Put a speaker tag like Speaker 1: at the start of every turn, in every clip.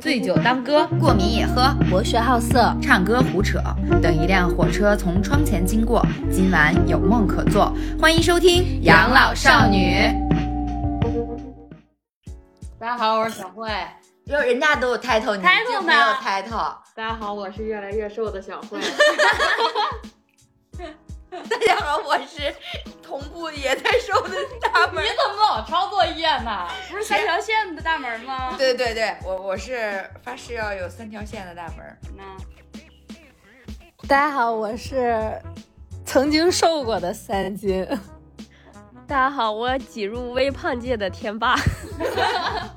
Speaker 1: 醉酒当歌，
Speaker 2: 过敏也喝，
Speaker 3: 博学好色，
Speaker 2: 唱歌胡扯。等一辆火车从窗前经过，今晚有梦可做。欢迎收听《养老少女》。
Speaker 1: 大家好，我是小慧。
Speaker 2: 哟，人家都有 title，你
Speaker 1: 抬
Speaker 2: 就
Speaker 1: 头
Speaker 2: 没有
Speaker 1: 呢
Speaker 2: title。
Speaker 1: 大家好，我是越来越瘦的小慧。
Speaker 2: 大家好，我是同步也在瘦的大门
Speaker 1: 你。怎么老抄作业呢？不是三条线的大门吗？
Speaker 2: 对对对，我我是发誓要有三条线的大门。
Speaker 1: 那
Speaker 3: 大家好，我是曾经瘦过的三斤，
Speaker 4: 大家好，我挤入微胖界的天霸，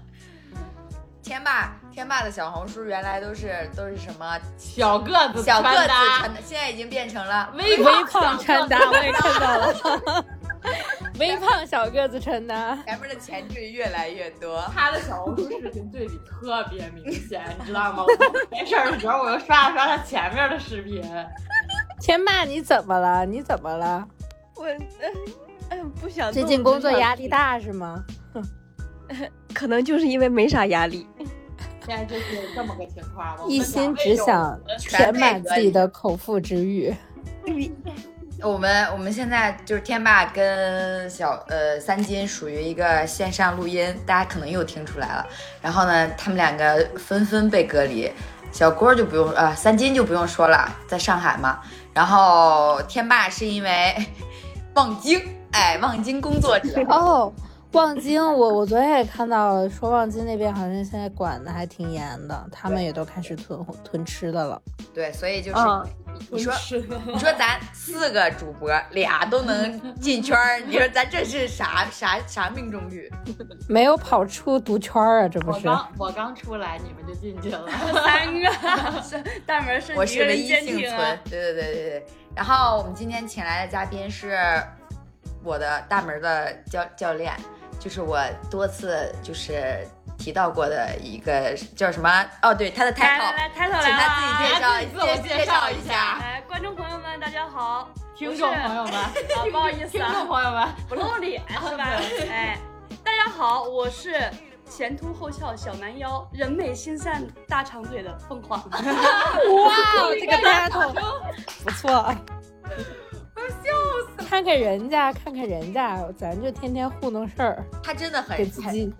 Speaker 2: 天霸，天霸的小红书原来都是都是什么
Speaker 1: 小个子
Speaker 2: 小个子
Speaker 1: 穿搭
Speaker 2: 穿的，现在已经变成了
Speaker 1: 微
Speaker 3: 微
Speaker 1: 小
Speaker 3: 胖
Speaker 1: 个
Speaker 3: 穿搭，我也看到了， 微胖小个子穿搭。
Speaker 2: 前面的前缀越来越多。
Speaker 1: 他的小红书视频对比特别明显， 你知道吗？我没事儿的时候，我又刷了刷他前面的视频。
Speaker 3: 天霸，你怎么了？你怎么了？
Speaker 4: 我嗯嗯、不想
Speaker 3: 最
Speaker 4: 动
Speaker 3: 近工作压
Speaker 4: 力，
Speaker 3: 力大是吗？
Speaker 4: 可能就是因为没啥压力。
Speaker 1: 现在就是这么个情况，我们
Speaker 3: 一心只想填满自己的口腹之欲。
Speaker 2: 我们我们现在就是天霸跟小呃三金属于一个线上录音，大家可能又听出来了。然后呢，他们两个纷纷被隔离，小郭就不用呃三金就不用说了，在上海嘛。然后天霸是因为望京，哎，望京工作者
Speaker 3: 哦，望京，我我昨天也看到了，说望京那边好像现在管的还挺严的，他们也都开始囤囤吃的了。
Speaker 2: 对，所以就是、
Speaker 4: 嗯，
Speaker 2: 你说你说咱四个主播俩都能进圈儿，你说咱这是啥啥啥命中率？
Speaker 3: 没有跑出毒圈儿啊，这不
Speaker 1: 我
Speaker 3: 是？
Speaker 1: 刚我刚出来，你们就进去了。
Speaker 5: 三个大门是
Speaker 2: 我
Speaker 5: 一个
Speaker 2: 是唯
Speaker 5: 人
Speaker 2: 一
Speaker 5: 坚
Speaker 2: 幸
Speaker 5: 挺
Speaker 2: 存
Speaker 5: 啊。，
Speaker 2: 对对对对对。然后我们今天请来的嘉宾是我的大门的教教练，就是我多次就是提到过的一个叫什么？哦，对，他的
Speaker 5: 来来
Speaker 2: title，
Speaker 5: 来，抬头
Speaker 2: 请他
Speaker 5: 来
Speaker 2: 自己介
Speaker 5: 啊！
Speaker 2: 绍，
Speaker 1: 自我介
Speaker 2: 介
Speaker 1: 绍
Speaker 2: 一
Speaker 1: 一
Speaker 2: 下。
Speaker 5: 来，观众朋友们，大家好，
Speaker 1: 听众朋 友们，
Speaker 5: 啊，不好意思
Speaker 1: 听众
Speaker 5: 啊，
Speaker 1: 朋友们，
Speaker 5: 不露脸是吧？ 哎，大家好，我是前凸后翘小蛮腰，人美心善大长腿的凤凰。哎
Speaker 3: 哇，这个 battle 不错，我笑死了。看看人家，看看人家，咱就天天糊弄事儿，
Speaker 2: 他真的很
Speaker 3: 给自己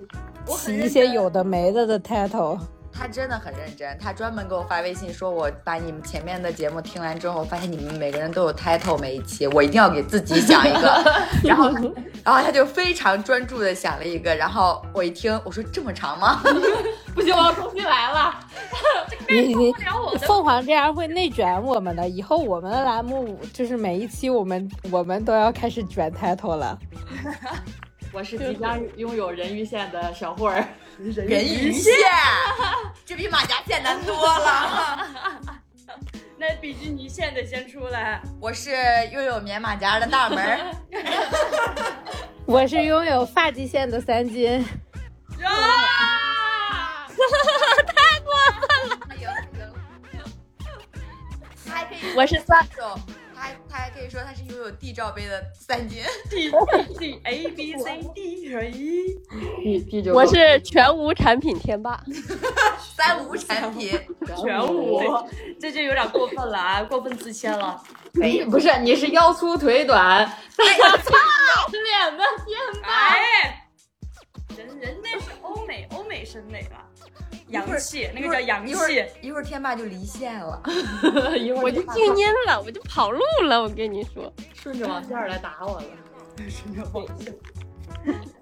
Speaker 2: 我很
Speaker 3: 起
Speaker 2: 认
Speaker 3: 一些有的没的的 title。
Speaker 2: 他真的很认真，他专门给我发微信说，我把你们前面的节目听完之后，发现你们每个人都有 title 每一期，我一定要给自己想一个。 然后，然后他就非常专注的想了一个，然后我一听，我说这么长 吗？
Speaker 1: 不行，我要重新来了。
Speaker 3: 你你
Speaker 5: 不了我的
Speaker 3: 凤凰这样会内卷我们的，以后我们的栏目就是每一期我们我们都要开始卷 title 了。
Speaker 1: 我是即将拥有人鱼线的小慧儿。
Speaker 2: 人鱼 线，这比马甲线难多了。
Speaker 5: 那比基尼线得先出来，
Speaker 2: 我是拥有棉马甲的大门儿，
Speaker 3: 我是拥有发际线的三金，
Speaker 5: 啊！
Speaker 2: 他还可以
Speaker 4: 我是三，
Speaker 2: 说，他还他还可以说他是拥有地罩杯的三金。
Speaker 5: D D A B C D E，一，
Speaker 1: 地地就
Speaker 4: 我是全无产品天霸。
Speaker 2: 三无产品，
Speaker 5: 全无，这就有点过分了啊，过分自谦了。
Speaker 1: 没哎不是你是腰粗腿短，
Speaker 5: 脸的天哎，人人那是欧美欧美审美了，洋气，那个叫洋
Speaker 2: 一会儿
Speaker 5: 气。
Speaker 2: 一会儿天霸就离线 了。
Speaker 1: 一会
Speaker 4: 我
Speaker 1: 儿
Speaker 4: 就
Speaker 1: 就
Speaker 4: 静音了，我就跑路了。我跟你说，
Speaker 1: 顺着网线儿来打我了。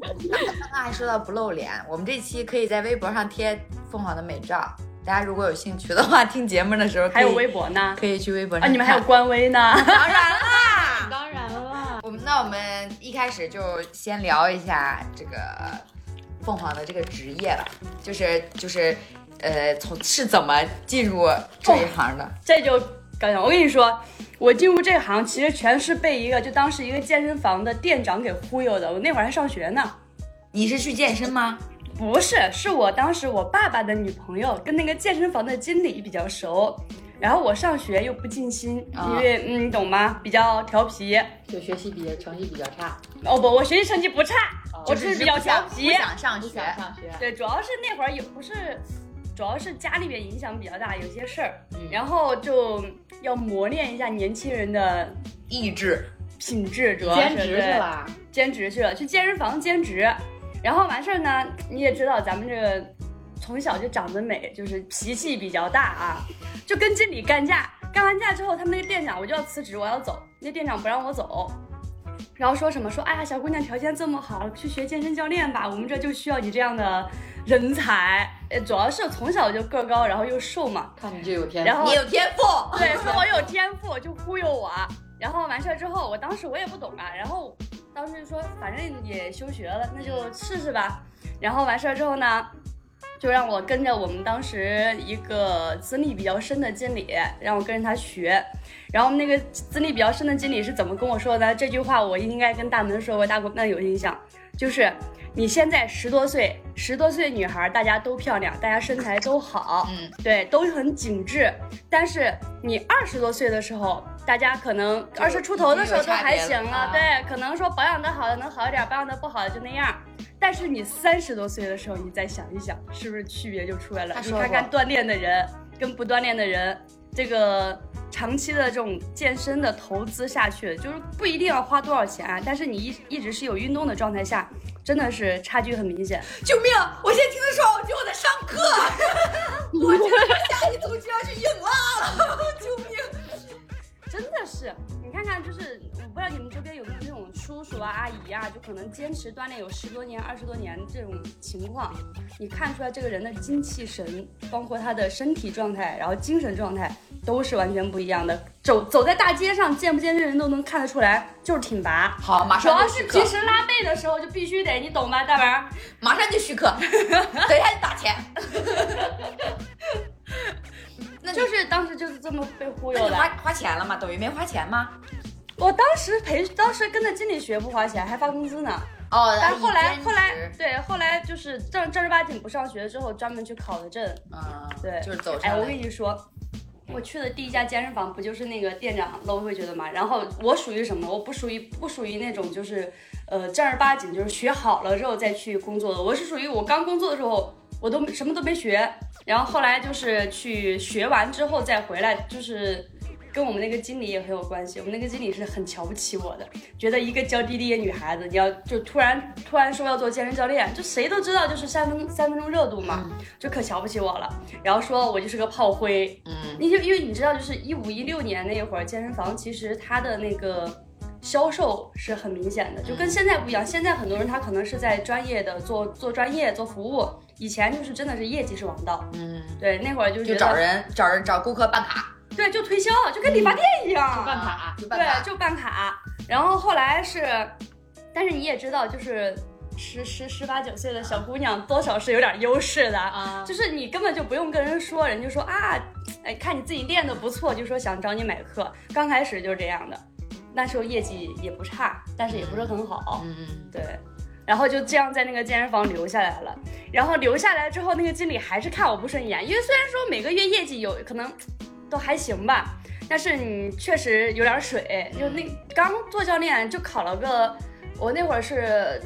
Speaker 2: 刚刚还说到不露脸，我们这期可以在微博上贴凤凰的美照，大家如果有兴趣的话，听节目的时候可以
Speaker 5: 还有微博呢？
Speaker 2: 可以去微博上
Speaker 5: 啊，
Speaker 2: 看
Speaker 5: 你们还有官微呢？
Speaker 2: 当然 啦，
Speaker 1: 当然了，
Speaker 2: 我们那我们一开始就先聊一下这个凤凰的这个职业吧，就是就是呃，从是怎么进入这一行的？
Speaker 5: 这就刚我跟你说，我进入这行其实全是被一个就当时一个健身房的店长给忽悠的。我那会儿还上学呢，
Speaker 2: 你是去健身吗？
Speaker 5: 不是，是我当时我爸爸的女朋友跟那个健身房的经理比较熟。然后我上学又不尽心，
Speaker 2: 啊
Speaker 5: 因为嗯，你懂吗？比较调皮。
Speaker 1: 就学习比成绩比较差，
Speaker 5: 哦不，我学习成绩不差，
Speaker 1: 哦
Speaker 5: 我只是比较调皮
Speaker 2: 不。想上
Speaker 1: 不
Speaker 2: 学
Speaker 1: 啊想上学。
Speaker 5: 对，主要是那会儿也不是，主要是家里边影响比较大，有些事儿，
Speaker 1: 嗯
Speaker 5: 然后就要磨练一下年轻人的
Speaker 2: 意志，
Speaker 5: 品质，主要
Speaker 1: 兼
Speaker 5: 是
Speaker 1: 职去
Speaker 5: 对
Speaker 1: 了，
Speaker 5: 兼职去了，去健身房兼职，然后完事儿呢，你也知道咱们这个从小就长得美，就是脾气比较大啊，就跟经理干架，干完架之后，他们那个店长我就要辞职，我要走，那店长不让我走。然后说什么说，哎呀，小姑娘条件这么好，去学健身教练吧，我们这就需要你这样的人才。呃，主要是从小就个儿高，然后又瘦嘛，
Speaker 1: 看你这有天
Speaker 5: 然后
Speaker 2: 你有天赋，
Speaker 5: 对，说我有天赋，就忽悠我。然后完事儿之后，我当时我也不懂啊，然后当时就说反正也休学了，那就试试吧。然后完事儿之后呢，就让我跟着我们当时一个资历比较深的经理，让我跟着他学。然后那个资历比较深的经理是怎么跟我说的呢？这句话我应该跟大门说过，大门有印象，就是。你现在十多岁，十多岁女孩儿，大家都漂亮，大家身材都好，
Speaker 2: 嗯，
Speaker 5: 对，都很紧致。但是你二十多岁的时候，大家可能
Speaker 2: 就
Speaker 5: 二十出头的时候
Speaker 2: 已
Speaker 5: 都
Speaker 2: 经有差
Speaker 5: 还
Speaker 2: 别
Speaker 5: 行
Speaker 2: 了啊
Speaker 5: 了，对，可能说保养的好的能好一点，保养的不好的就那样。但是你三十多岁的时候，你再想一想，是不是区别就出来了
Speaker 2: 他？
Speaker 5: 你
Speaker 2: 说
Speaker 5: 看
Speaker 2: 过
Speaker 5: 看锻炼的人跟不锻炼的人，这个长期的这种健身的投资下去，就是不一定要花多少钱啊，但是你一一直是有运动的状态下，真的是差距很明显。
Speaker 2: 救命！啊我现在听的时候，我觉得我在上课，啊 我这下一组就要去硬拉了，救命！
Speaker 5: 真的是，你看看，就是我不知道你们周边有没有这种叔叔啊、阿姨啊，就可能坚持锻炼有十多年、二十多年这种情况，你看出来这个人的精气神，包括他的身体状态，然后精神状态都是完全不一样的。走走在大街上，见不见这人都能看得出来，就是挺拔。
Speaker 2: 好，马
Speaker 5: 主
Speaker 2: 上
Speaker 5: 要
Speaker 2: 就是续
Speaker 5: 平
Speaker 2: 课，
Speaker 5: 时拉背的时候就必须得，你懂吧，大门？
Speaker 2: 马上就续课，等一下就打 钱。那你
Speaker 5: 就是当时就是这么被忽
Speaker 2: 那
Speaker 5: 悠
Speaker 2: 你
Speaker 5: 的
Speaker 2: 花。花钱了吗？等于没花钱吗？
Speaker 5: 我当时陪，当时跟着经理学不花钱，还发工资呢。
Speaker 2: 哦，
Speaker 5: 但后来
Speaker 2: 已经
Speaker 5: 后来
Speaker 2: 是，
Speaker 5: 对后来就是正正儿八经不上学之后，专门去考的证。
Speaker 2: 嗯，
Speaker 5: 对
Speaker 2: 就是走上
Speaker 5: 哎，
Speaker 2: 来。嗯
Speaker 5: 我跟你说，我去的第一家健身房不就是那个店长搂回去的嘛？然后我属于什么？我不属于不属于那种就是呃正儿八经就是学好了之后再去工作的。我是属于我刚工作的时候我都什么都没学，然后后来就是去学完之后再回来，就是。跟我们那个经理也很有关系，我们那个经理是很瞧不起我的，觉得一个娇滴滴的女孩子，你要就突然突然说要做健身教练，就谁都知道就是三分三分钟热度嘛，就可瞧不起我了。然后说我就是个炮灰，
Speaker 2: 嗯，
Speaker 5: 你就因为你知道，就是一五一六年那会儿，健身房其实它的那个销售是很明显的，
Speaker 2: 嗯
Speaker 5: 就跟现在不一样。现在很多人他可能是在专业的做做专业做服务，以前就是真的是业绩是王道。
Speaker 2: 嗯，
Speaker 5: 对，那会儿就觉
Speaker 2: 就
Speaker 5: 得
Speaker 2: 找人找人找顾客办卡，
Speaker 5: 对，就推销，就跟理发店一样。
Speaker 1: 办卡，
Speaker 2: 嗯就办
Speaker 5: 对，
Speaker 2: 卡。
Speaker 5: 就办卡。然后后来是，但是你也知道，就是十十十八九岁的小姑娘，多少是有点优势的
Speaker 1: 啊
Speaker 5: 就是你根本就不用跟人说，人就说啊，哎，看你自己练的不错，就说想找你买课。刚开始就是这样的，那时候业绩也不差，但是也不是很好。
Speaker 2: 嗯，
Speaker 5: 对，然后就这样在那个健身房留下来了。然后留下来之后，那个经理还是看我不顺眼，因为虽然说每个月业绩有可能都还行吧，但是你确实有点水。就那刚做教练就考了个，我那会儿是。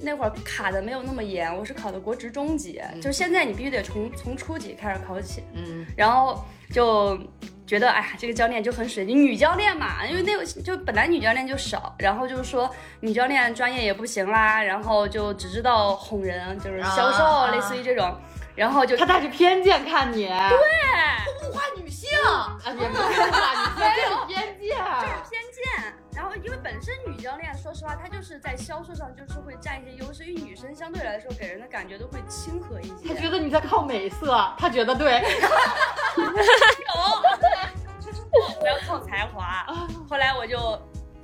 Speaker 5: 那会儿卡的没有那么严，我是考的国职中级，就现在你必须得从从初级开始考起。
Speaker 2: 嗯，
Speaker 5: 然后就觉得哎呀，这个教练就很水，女教练嘛，因为那个就本来女教练就少，然后就是说女教练专业也不行啦，然后就只知道哄人，就是销售，
Speaker 2: 啊
Speaker 5: 类似于这种，然 后就
Speaker 1: 嗯他带着偏见看你，对，
Speaker 2: 物化女性，
Speaker 1: 啊，也不是吧，你带着偏见，
Speaker 5: 偏见。然后因为本身女教练，说实话，她就是在销售上就是会占一些优势，因为女生相对来说给人的感觉都会亲和一些。
Speaker 1: 他觉得你在靠美色，他觉得对，
Speaker 5: 我要靠才华。后来我就，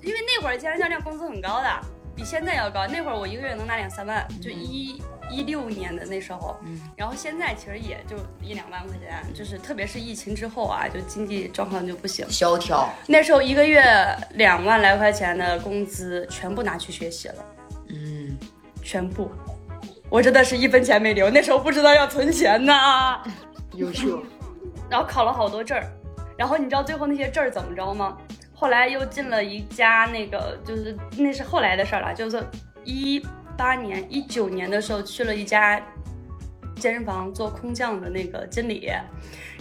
Speaker 5: 因为那会儿健身教练工资很高的，比现在要高。那会儿我一个月能拿两三万，就一一六年的那时候。然后现在其实也就一两万块钱，就是特别是疫情之后啊，就经济状况就不行。
Speaker 2: 萧条。
Speaker 5: 那时候一个月两万来块钱的工资，全部拿去学习了，
Speaker 2: 嗯，
Speaker 5: 全部。我真的是一分钱没留，那时候不知道要存钱呢。
Speaker 1: 优秀，
Speaker 5: 然后考了好多证儿，然后你知道最后那些证儿怎么着吗？后来又进了一家那个，就是那是后来的事儿了，就是一八年、一九年的时候去了一家健身房做空降的那个经理，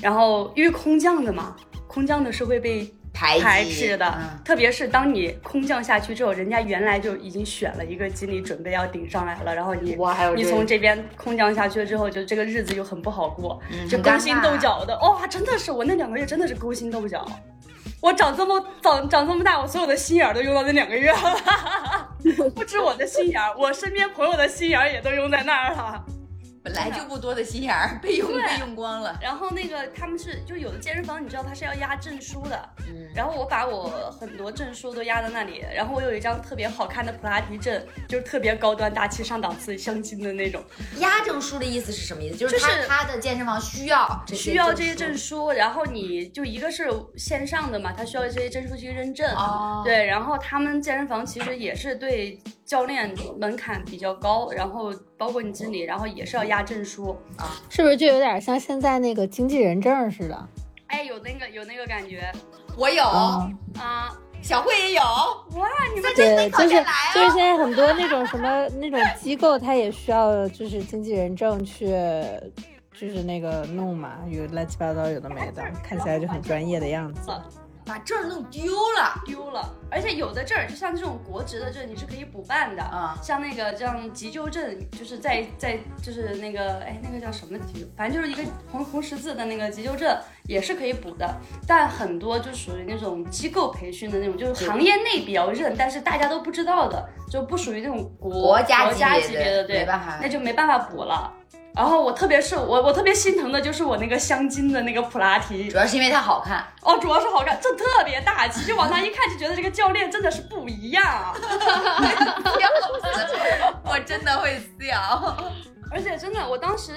Speaker 5: 然后因为空降的嘛，空降的是会被
Speaker 2: 排
Speaker 5: 排
Speaker 2: 挤
Speaker 5: 斥的，
Speaker 2: 嗯
Speaker 5: 特别是当你空降下去之后，人家原来就已经选了一个经理，准备要顶上来了，然后你
Speaker 2: 哇还有
Speaker 5: 你
Speaker 2: 这
Speaker 5: 从这边空降下去之后，就这个日子就很不好过，
Speaker 2: 嗯
Speaker 5: 就
Speaker 2: 很
Speaker 5: 勾
Speaker 2: 尴
Speaker 5: 心
Speaker 2: 尬
Speaker 5: 斗角的，哇、真的是我那两个月真的是勾心斗角。我长这么长长这么大，我所有的心眼儿都用到那两个月了， 不止我的心眼儿，我身边朋友的心眼儿也都用在那儿了。
Speaker 2: 本来就不多的心眼儿被用被用光了。
Speaker 5: 然后那个他们是就有的健身房，你知道它是要压证书的，
Speaker 2: 嗯，
Speaker 5: 然后我把我很多证书都压在那里，然后我有一张特别好看的普拉提证，就是特别高端大气上档次镶金的那种，
Speaker 2: 压证书的意思是什么意思？就是
Speaker 5: 就
Speaker 2: 他
Speaker 5: 是
Speaker 2: 他的健身房需要这些
Speaker 5: 需要这些证
Speaker 2: 书。
Speaker 5: 书，然后你就一个是线上的嘛，它需要这些证书去认证。
Speaker 2: 哦，
Speaker 5: 对，然后他们健身房其实也是对教练门槛比较高，然后包括你经理，然后也是要压证书。
Speaker 3: 是不是就有点像现在那个经纪人证似的？
Speaker 5: 哎，有那个有那个感觉
Speaker 2: 我有，
Speaker 3: 啊，
Speaker 5: 啊！
Speaker 2: 小慧也有，
Speaker 5: 哇，你们
Speaker 3: 对，
Speaker 2: 考
Speaker 3: 就是
Speaker 2: 下来啊
Speaker 3: 就是现在很多那种什么那种机构，它也需要就是经纪人证去，就是那个弄嘛，有乱七八糟有的没的，看起来就很专业的样子。
Speaker 2: 把证儿弄丢了。
Speaker 5: 丢了，而且有的证儿，就像这种国职的证，你是可以补办的。
Speaker 2: 啊
Speaker 5: 像那个像急救证，就是在在就是那个哎那个叫什么急救，反正就是一个红红十字的那个急救证也是可以补的。但很多就属于那种机构培训的那种，就是行业内比较认，但是大家都不知道的，就不属于那种国
Speaker 2: 国家
Speaker 5: 国家
Speaker 2: 级别
Speaker 5: 级别的，
Speaker 2: 的
Speaker 5: 对，
Speaker 2: 没办法
Speaker 5: 那就没办法补了。然后我特别是我我特别心疼的就是我那个镶金的那个普拉提，
Speaker 2: 主要是因为它好看，
Speaker 5: 哦，主要是好看，这特别大气，就往上一看就觉得这个教练真的是不一样啊，
Speaker 2: 我真的会笑。
Speaker 5: 而且真的，我当时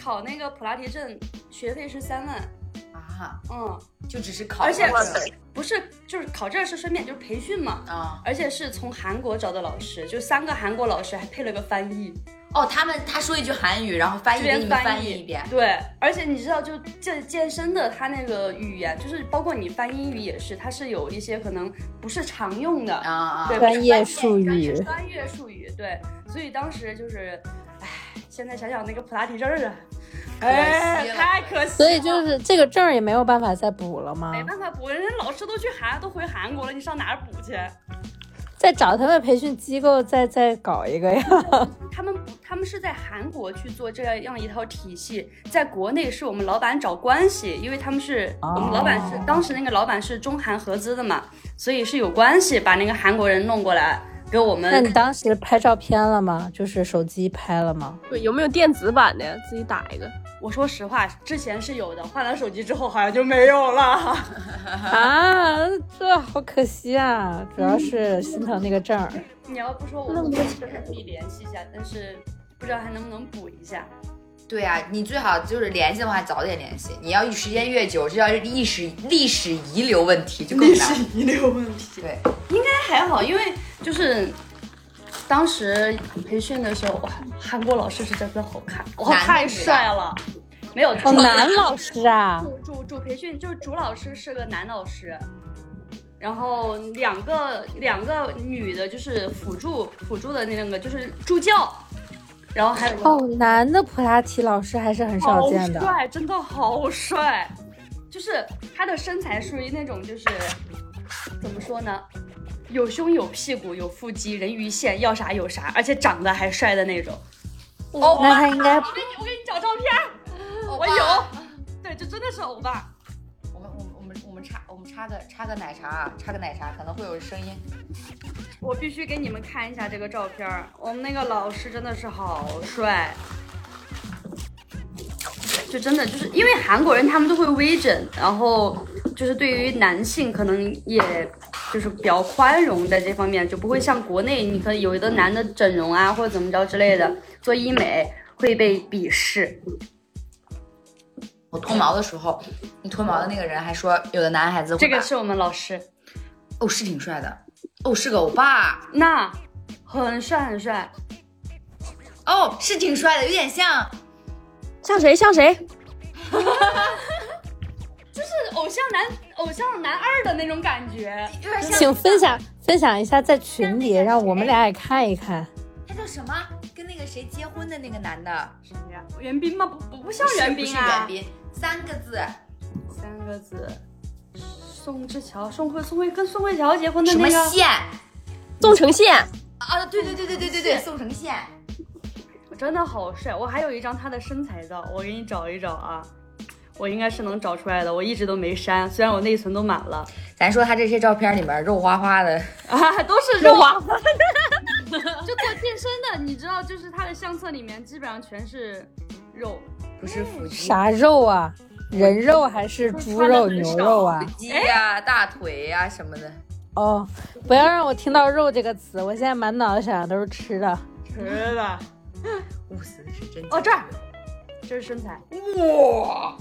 Speaker 5: 考那个普拉提证，学费是三万，
Speaker 2: 啊，
Speaker 5: 嗯，
Speaker 2: 就只是考
Speaker 5: 而
Speaker 2: 个
Speaker 5: 且
Speaker 2: 证儿
Speaker 5: 不是就是考证是顺便就是培训嘛，
Speaker 2: 啊，
Speaker 5: 而且是从韩国找的老师，就三个韩国老师还配了个翻译，
Speaker 2: 哦，他们他说一句韩语，然后翻
Speaker 5: 这
Speaker 2: 译给你
Speaker 5: 边
Speaker 2: 们
Speaker 5: 翻
Speaker 2: 翻译一遍。
Speaker 5: 对，而且你知道，就健健身的它那个语言，就是包括你翻英语也是，它是有一些可能不是常用的，
Speaker 2: 啊啊，
Speaker 5: 对，
Speaker 3: 专业术语
Speaker 5: 专业专业术语，对，所以当时就是，唉，现在想想那个普拉提证儿啊，
Speaker 2: 可惜了
Speaker 5: 太可惜了，
Speaker 3: 所以就是这个证儿也没有办法再补了吗？
Speaker 5: 没办法补，人家老师都去韩，都回韩国了，你上哪儿补去？
Speaker 3: 再找他们培训机构再再搞一个呀。
Speaker 5: 他们不，他们是在韩国去做这样一套体系，在国内是我们老板找关系，因为他们是、
Speaker 3: 哦
Speaker 5: 我们老板是当时那个老板是中韩合资的嘛，所以是有关系把那个韩国人弄过来给我
Speaker 3: 那
Speaker 5: 们
Speaker 3: 你当时拍照片了吗？就是手机拍了吗？
Speaker 4: 对，有没有电子版的呀？自己打一个
Speaker 5: 我说实话，之前是有的，换了手机之后好像就没有了。
Speaker 3: 啊，这好可惜啊！主要是心疼那个证儿。
Speaker 5: 你要不说我，我可以联系一下，但是不知道还能不能补一下。
Speaker 2: 对啊，你最好就是联系的话早点联系，你要时间越久，这叫历史历史遗留问题就更难。
Speaker 5: 遗留问题，
Speaker 2: 对，
Speaker 5: 但还好，因为就是当时培训的时候，哇，韩国老师是真的好看，哇，
Speaker 2: 男的
Speaker 5: 太帅了。没有，
Speaker 3: 哦，
Speaker 5: 主
Speaker 3: 男老师啊，
Speaker 5: 主主主培训就是主老师是个男老师，然后两个两个女的，就是辅助辅助的那个就是助教，然后还有个
Speaker 3: 哦，男的普拉提老师还是很少见的
Speaker 5: 好。帅，真的好帅，就是他的身材属于那种就是怎么说呢，有胸有屁股有腹肌人鱼线，要啥有啥，而且长得还帅的那种。
Speaker 2: 欧
Speaker 3: 哦那
Speaker 2: 巴
Speaker 3: 他应该
Speaker 5: 我给你，我给你找照片，
Speaker 2: 欧
Speaker 5: 我
Speaker 2: 巴
Speaker 5: 有。对，这真的是欧巴。
Speaker 2: 我们我们我们我们插我们插个插个奶茶啊，插个奶茶可能会有声音。
Speaker 5: 我必须给你们看一下这个照片儿，我们那个老师真的是好帅，就真的就是因为韩国人他们都会微整，然后就是对于男性可能也就是比较宽容在这方面，就不会像国内你可能有的男的整容啊或者怎么着之类的做医美会被鄙视。
Speaker 2: 我脱毛的时候，你脱毛的那个人还说，有的男孩子会
Speaker 5: 这个
Speaker 2: 把
Speaker 5: 是我们老师，
Speaker 2: 哦是挺帅的，哦是个欧巴，
Speaker 5: 那很帅很帅，
Speaker 2: 哦是挺帅的，有点像
Speaker 4: 像谁像谁？
Speaker 5: 就是偶像男偶像男二的那种感觉。
Speaker 2: 有点像。
Speaker 3: 请分享分享一下在群里，让我们俩也看一看。
Speaker 2: 他叫什么？跟那那个谁结婚的那个男的，
Speaker 1: 谁呀？袁彬吗？不不不像袁
Speaker 2: 不是
Speaker 1: 彬
Speaker 2: 袁
Speaker 1: 啊，
Speaker 2: 彬，三个字，
Speaker 1: 三个字，
Speaker 5: 宋智乔，宋慧宋慧跟宋慧乔结婚的
Speaker 2: 什么
Speaker 5: 那个，
Speaker 2: 宪
Speaker 4: 宋承宪，
Speaker 2: 啊？对对对对对对对，宋承宪。
Speaker 5: 真的好帅。我还有一张他的身材照，我给你找一找啊，我应该是能找出来的。我一直都没删，虽然我内存都满了
Speaker 2: 咱说他这些照片里面肉花花的，
Speaker 5: 啊，都是肉啊。 就做健身的，你知道，就是他的相册里面基本上全是肉。
Speaker 2: 不是腹
Speaker 5: 哎
Speaker 2: 肌，
Speaker 3: 啥肉啊？人肉还是猪肉、牛肉啊？
Speaker 2: 腹肌呀、大腿呀、什么的。
Speaker 3: 哦，不要让我听到“肉”这个词，我现在满脑子想的都是吃的。
Speaker 5: 是的，
Speaker 2: 物死是真
Speaker 5: 哦这儿，这是身材，
Speaker 2: 哇！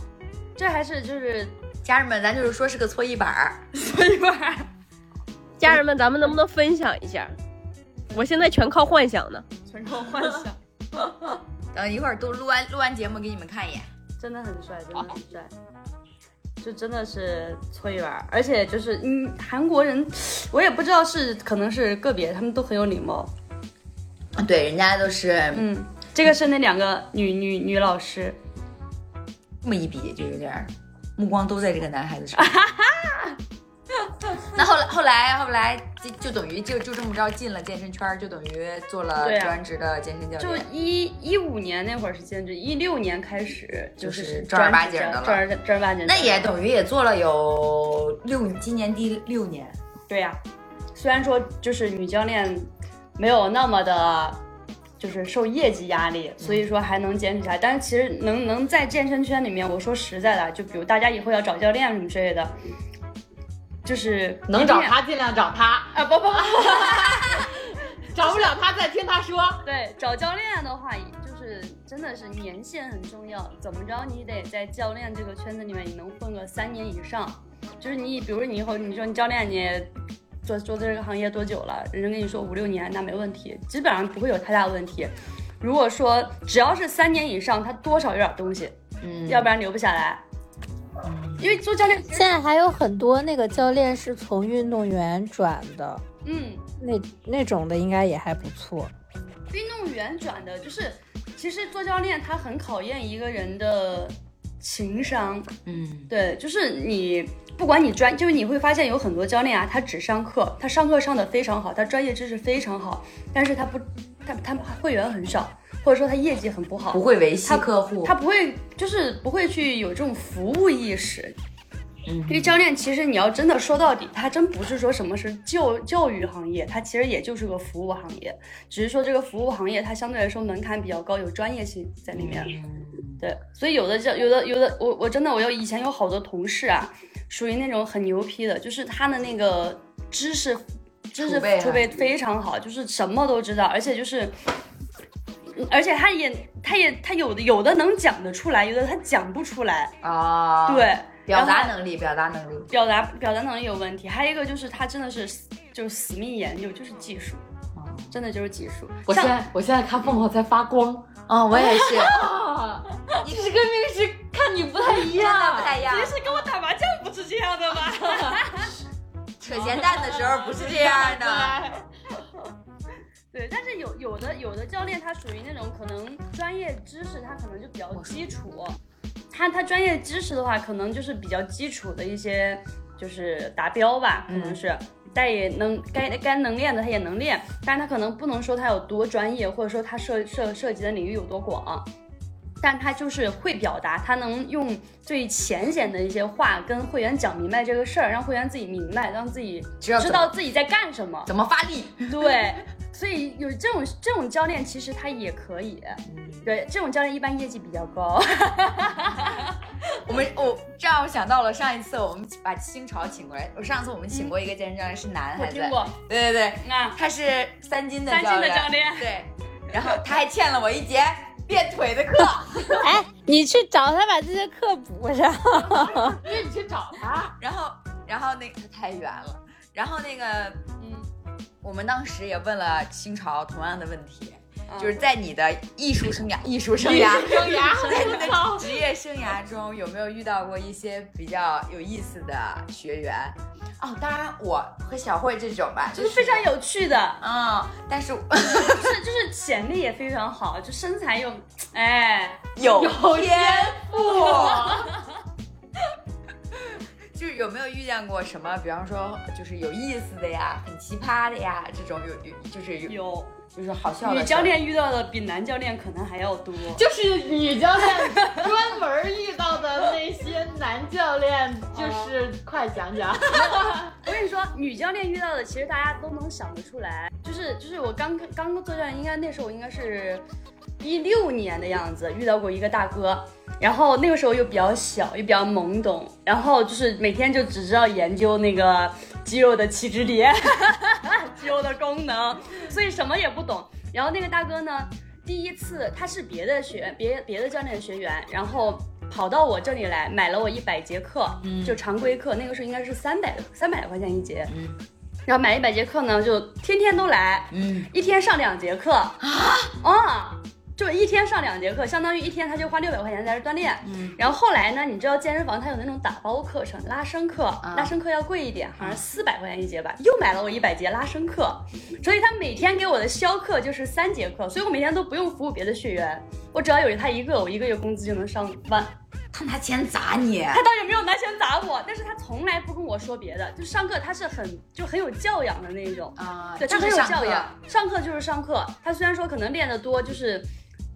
Speaker 5: 这还是就是
Speaker 2: 家人们，咱就是说是个搓衣板儿，
Speaker 5: 一半儿。
Speaker 4: 家人们，咱们能不能分享一下？我现在全靠幻想呢。
Speaker 5: 纯靠幻想，
Speaker 2: 等一会儿都录完录完节目给你们看一眼。
Speaker 5: 真的很帅，真的很帅，就真的是搓一把儿，而且就是嗯，韩国人，我也不知道是可能是个别，他们都很有礼貌。
Speaker 2: 对，人家都是
Speaker 5: 嗯，这个是那两个女女女老师，
Speaker 2: 这么一比，就有点儿目光都在这个男孩子上。 那后来后来后来就就等于就就这么着进了健身圈儿，就等于做了
Speaker 5: 对啊
Speaker 2: 专职的健身教
Speaker 5: 就
Speaker 2: 练。
Speaker 5: 一一五年那会儿是兼职，一六年开始就
Speaker 2: 就是
Speaker 5: 是
Speaker 2: 正儿八经
Speaker 5: 专
Speaker 2: 的了
Speaker 5: 正儿正儿八经的。
Speaker 2: 那也等于也做了有六，今年第六年。
Speaker 5: 对呀、虽然说就是女教练没有那么的，就是受业绩压力，所以说还能坚持下来。但是其实能能在健身圈里面，我说实在的啊，就比如大家以后要找教练什么之类的，就是
Speaker 1: 能
Speaker 5: 一定
Speaker 1: 找
Speaker 5: 要
Speaker 1: 他尽量找他，
Speaker 5: 啊不不不，
Speaker 1: 找不了他再听他说。
Speaker 5: 对，找教练的话，就是真的是年限很重要，怎么着你得在教练这个圈子里面，你能混个三年以上。就是你，比如说你以后你说你教练你也做做这个行业多久了，人家跟你说五六年，那没问题，基本上不会有太大问题。如果说只要是三年以上，他多少有点东西，
Speaker 2: 嗯
Speaker 5: 要不然留不下来。因为做教练，
Speaker 3: 现在还有很多那个教练是从运动员转的，
Speaker 5: 嗯，
Speaker 3: 那那种的应该也还不错。
Speaker 5: 运动员转的，就是其实做教练他很考验一个人的情商。
Speaker 2: 嗯，
Speaker 5: 对，就是你不管你专，就是你会发现有很多教练啊，他只上课，他上课上的非常好，他专业知识非常好，但是他不，他他会员很少，或者说他业绩很不好，
Speaker 2: 不会维系
Speaker 5: 他
Speaker 2: 客户，
Speaker 5: 他不会就是不会去有这种服务意识。
Speaker 2: 嗯
Speaker 5: 因为教练其实你要真的说到底，他真不是说什么是教教育行业，它其实也就是个服务行业，只是说这个服务行业它相对来说门槛比较高，有专业性在里面。对，所以有的教有的有的，我我真的我有以前有好多同事啊，属于那种很牛批的，就是他的那个知识知识
Speaker 2: 储备啊
Speaker 5: 储备非常好，就是什么都知道，而且就是。而且他也，他也，他有的有的能讲得出来，有的他讲不出来。
Speaker 2: 啊，，
Speaker 5: 对，
Speaker 2: 表
Speaker 5: 然
Speaker 2: 达
Speaker 5: 后
Speaker 2: 能力，表达能力，
Speaker 5: 表达表达能力有问题，还有一个就是他真的是就是死命研究，就是技术，
Speaker 2: 啊
Speaker 5: 真的就是技术。
Speaker 1: 我现
Speaker 5: 像
Speaker 1: 在我现在看凤凰在发光
Speaker 2: 嗯，我也 是，
Speaker 1: 啊！你是跟平时看你不太一
Speaker 2: 真的
Speaker 1: 样，
Speaker 2: 不太一样。
Speaker 5: 是跟我打麻将不是这样的吧？
Speaker 2: 扯闲蛋的时候不是这样
Speaker 5: 啊
Speaker 2: 的，
Speaker 5: 对，但是有有的有的教练他属于那种可能专业知识他可能就比较基础，他他专业知识的话可能就是比较基础的一些就是达标吧，可
Speaker 2: 嗯
Speaker 5: 能是。但也能该该能练的他也能练，但是他可能不能说他有多专业，或者说他涉涉涉及的领域有多广，但他就是会表达，他能用最浅显的一些话跟会员讲明白这个事儿，让会员自己明白，让自己
Speaker 2: 知道怎么
Speaker 5: 知道自己在干什么。
Speaker 2: 怎么发力？
Speaker 5: 对，所以有这种这种教练，其实他也可以。对，这种教练一般业绩比较高。
Speaker 2: 我们我这让我想到了上一次我们把清朝请过来，我上次我们请过一个健身教练是男孩子，
Speaker 5: 过，
Speaker 2: 对对对，
Speaker 5: 啊，
Speaker 2: 他是三金的
Speaker 5: 三金的
Speaker 2: 教
Speaker 5: 教练
Speaker 2: 对，然后他还欠了我一节练腿的课，
Speaker 3: 哎，你去找他把这些课补上。
Speaker 1: 因为你去找 他，
Speaker 2: 然后然后那个太远了，然后那个
Speaker 5: 嗯，
Speaker 2: 我们当时也问了清朝同样的问题，
Speaker 5: 嗯
Speaker 2: 就是在你的艺术生涯、艺术生 涯、
Speaker 1: 生涯
Speaker 2: 在你的职业生涯中有没有遇到过一些比较有意思的学员？哦，当然我和小慧这种吧，
Speaker 5: 就是非常有趣的，
Speaker 2: 嗯，但是
Speaker 5: 就是就是潜力也非常好，就身材又，哎，
Speaker 2: 有
Speaker 1: 有天赋，
Speaker 2: 就是有没有遇见过什么，比方说就是有意思的呀，很奇葩的呀，这种有有就是有
Speaker 5: 有
Speaker 2: 就是好笑的
Speaker 5: 女
Speaker 2: 事儿
Speaker 5: 教练遇到的比男教练可能还要多。
Speaker 1: 就是女教练专门遇到的那些男教 练，就是快讲讲。
Speaker 5: 我跟你说，女教练遇到的其实大家都能想得出来，就是就是我刚刚做教练，应该那时候我应该是一六年的样子，遇到过一个大哥，然后那个时候又比较小，又比较懵懂，然后就是每天就只知道研究那个肌肉的起止点， 肌肉的功能，所以什么也不懂。然后那个大哥呢，第一次他是别的学员，别别的教练学员，然后跑到我这里来买了我一百节课，就常规课，那个时候应该是三百三百块钱一节，
Speaker 2: 嗯
Speaker 5: 然后买一百节课呢，就天天都来，
Speaker 2: 嗯，
Speaker 5: 一天上两节课啊，啊，就一天上两节课，相当于一天他就花六百块钱在这锻炼。
Speaker 2: 嗯，
Speaker 5: 然后后来呢，你知道健身房它有那种打包课程，拉伸课，拉伸课要贵一点，好像四百块钱一节吧，又买了我一百节拉伸课，所以他每天给我的销课就是三节课，所以我每天都不用服务别的学员，我只要有他一个，我一个月工资就能上万。
Speaker 2: 他拿钱砸你，
Speaker 5: 他倒也没有拿钱砸我，但是他从来不跟我说别的，就上课他是很就很有教养的那种。
Speaker 2: 啊，
Speaker 5: 对他
Speaker 2: 就
Speaker 5: 很
Speaker 2: 是
Speaker 5: 有
Speaker 2: 上
Speaker 5: 教
Speaker 2: 课
Speaker 5: 养，上课就是上课。他虽然说可能练得多，就是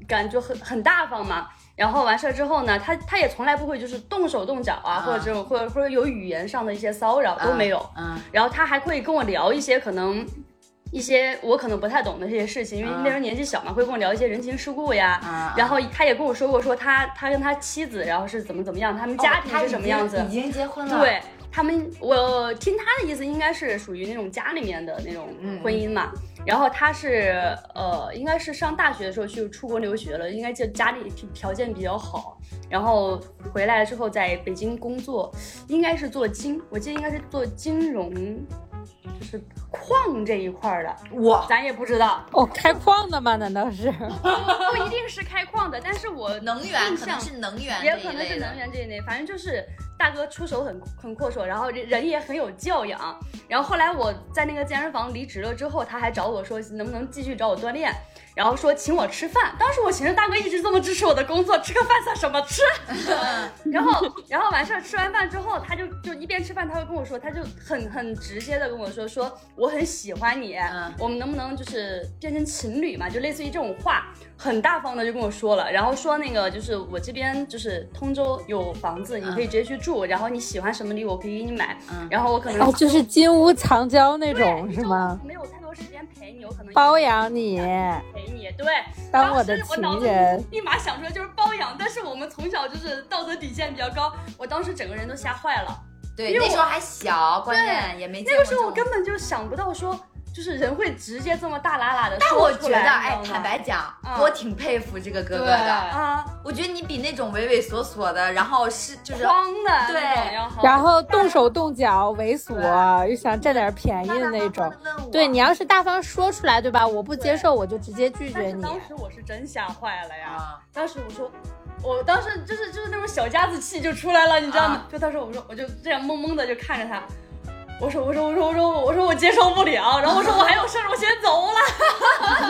Speaker 5: 感觉很很大方嘛。然后完事儿之后呢，他他也从来不会就是动手动脚啊，
Speaker 2: 啊
Speaker 5: 或者这种或者或者有语言上的一些骚扰都没有。
Speaker 2: 嗯，
Speaker 5: 然后他还会跟我聊一些可能。一些我可能不太懂的这些事情，因为
Speaker 2: 啊
Speaker 5: 那时候年纪小嘛，会跟我聊一些人情世故呀。
Speaker 2: 啊
Speaker 5: 然后他也跟我说过，说他他跟他妻子，然后是怎么怎么哦样，他们家庭是什么样子。
Speaker 2: 哦已经结婚了，，
Speaker 5: 对他们，我听他的意思应该是属于那种家里面的那种婚姻嘛。然后他是呃，应该是上大学的时候去出国留学了，应该就家里条条件比较好。然后回来之后在北京工作，应该是做金，我记得应该是做金融，就是矿这一块儿的，
Speaker 2: 我
Speaker 5: 咱也不知道，
Speaker 3: 哦，开矿的吗？难道是？
Speaker 5: 不一定是开矿的，但是我
Speaker 2: 能源
Speaker 5: 印
Speaker 2: 可能
Speaker 5: 象
Speaker 2: 是能源
Speaker 5: 也
Speaker 2: 这
Speaker 5: 可
Speaker 2: 一
Speaker 5: 能
Speaker 2: 类
Speaker 5: 是能
Speaker 2: 的，
Speaker 5: 源这一类，反正就是大哥出手很很阔绰，然后人人也很有教养。然后后来我在那个健身房离职了之后，他还找我说能不能继续找我锻炼，然后说请我吃饭。当时我寻思大哥一直这么支持我的工作，吃个饭算什么吃？ 然后然后完事儿吃完饭之后，他就就一边吃饭，他会跟我说，他就很很直接的跟我说说我很喜欢你，
Speaker 2: 嗯
Speaker 5: 我们能不能就是变成情侣嘛？就类似于这种话，很大方的就跟我说了，然后说那个就是我这边就是通州有房子，你可以直接去住，然后你喜欢什么礼物我可以给你买，
Speaker 2: 嗯
Speaker 5: 然后我可能
Speaker 3: 哦，就是金屋藏娇那
Speaker 5: 对
Speaker 3: 种是吗？？
Speaker 5: 就没有太多时间陪你，我可能
Speaker 3: 包养你，
Speaker 5: 陪你，对，
Speaker 3: 当我的
Speaker 5: 当时我脑
Speaker 3: 情
Speaker 5: 子
Speaker 3: 人。
Speaker 5: 立马想出来就是包养，但是我们从小就是道德底线比较高，我当时整个人都吓坏了。
Speaker 2: 对，
Speaker 5: 因为
Speaker 2: 那
Speaker 5: 我
Speaker 2: 时候还小，关键也没见
Speaker 5: 那
Speaker 2: 过这
Speaker 5: 个时
Speaker 2: 种。
Speaker 5: 候我根本就想不到说，就是人会直接这么大喇喇的
Speaker 2: 但
Speaker 5: 说
Speaker 2: 我
Speaker 5: 出
Speaker 2: 觉
Speaker 5: 来。
Speaker 2: 得，哎，
Speaker 5: 你知道
Speaker 2: 坦
Speaker 5: 吗
Speaker 2: 白讲，
Speaker 5: 嗯
Speaker 2: 我挺佩服这个哥哥的。
Speaker 5: 啊，
Speaker 2: 我觉得你比那种畏畏缩缩的，然后是就是
Speaker 5: 装的
Speaker 2: 对
Speaker 5: 那种要好。
Speaker 3: 然后动手动脚、猥琐，又想占点便宜
Speaker 2: 大
Speaker 3: 的
Speaker 2: 大
Speaker 3: 那
Speaker 2: 方
Speaker 3: 种
Speaker 2: 方。地问我，
Speaker 3: 对你要是大方说出来，对吧？我不接受，我就直接拒
Speaker 5: 但
Speaker 3: 绝
Speaker 5: 是
Speaker 3: 你。
Speaker 5: 当时我是真吓坏了呀！
Speaker 2: 啊，
Speaker 5: 当时我说，我当时就是就是那种小家子气就出来了，你知道吗？
Speaker 2: 啊
Speaker 5: 就当时我说，我就这样懵懵的就看着他。我说我说我说我说我说我接受不了，然后我说我还有事儿，我先走 了。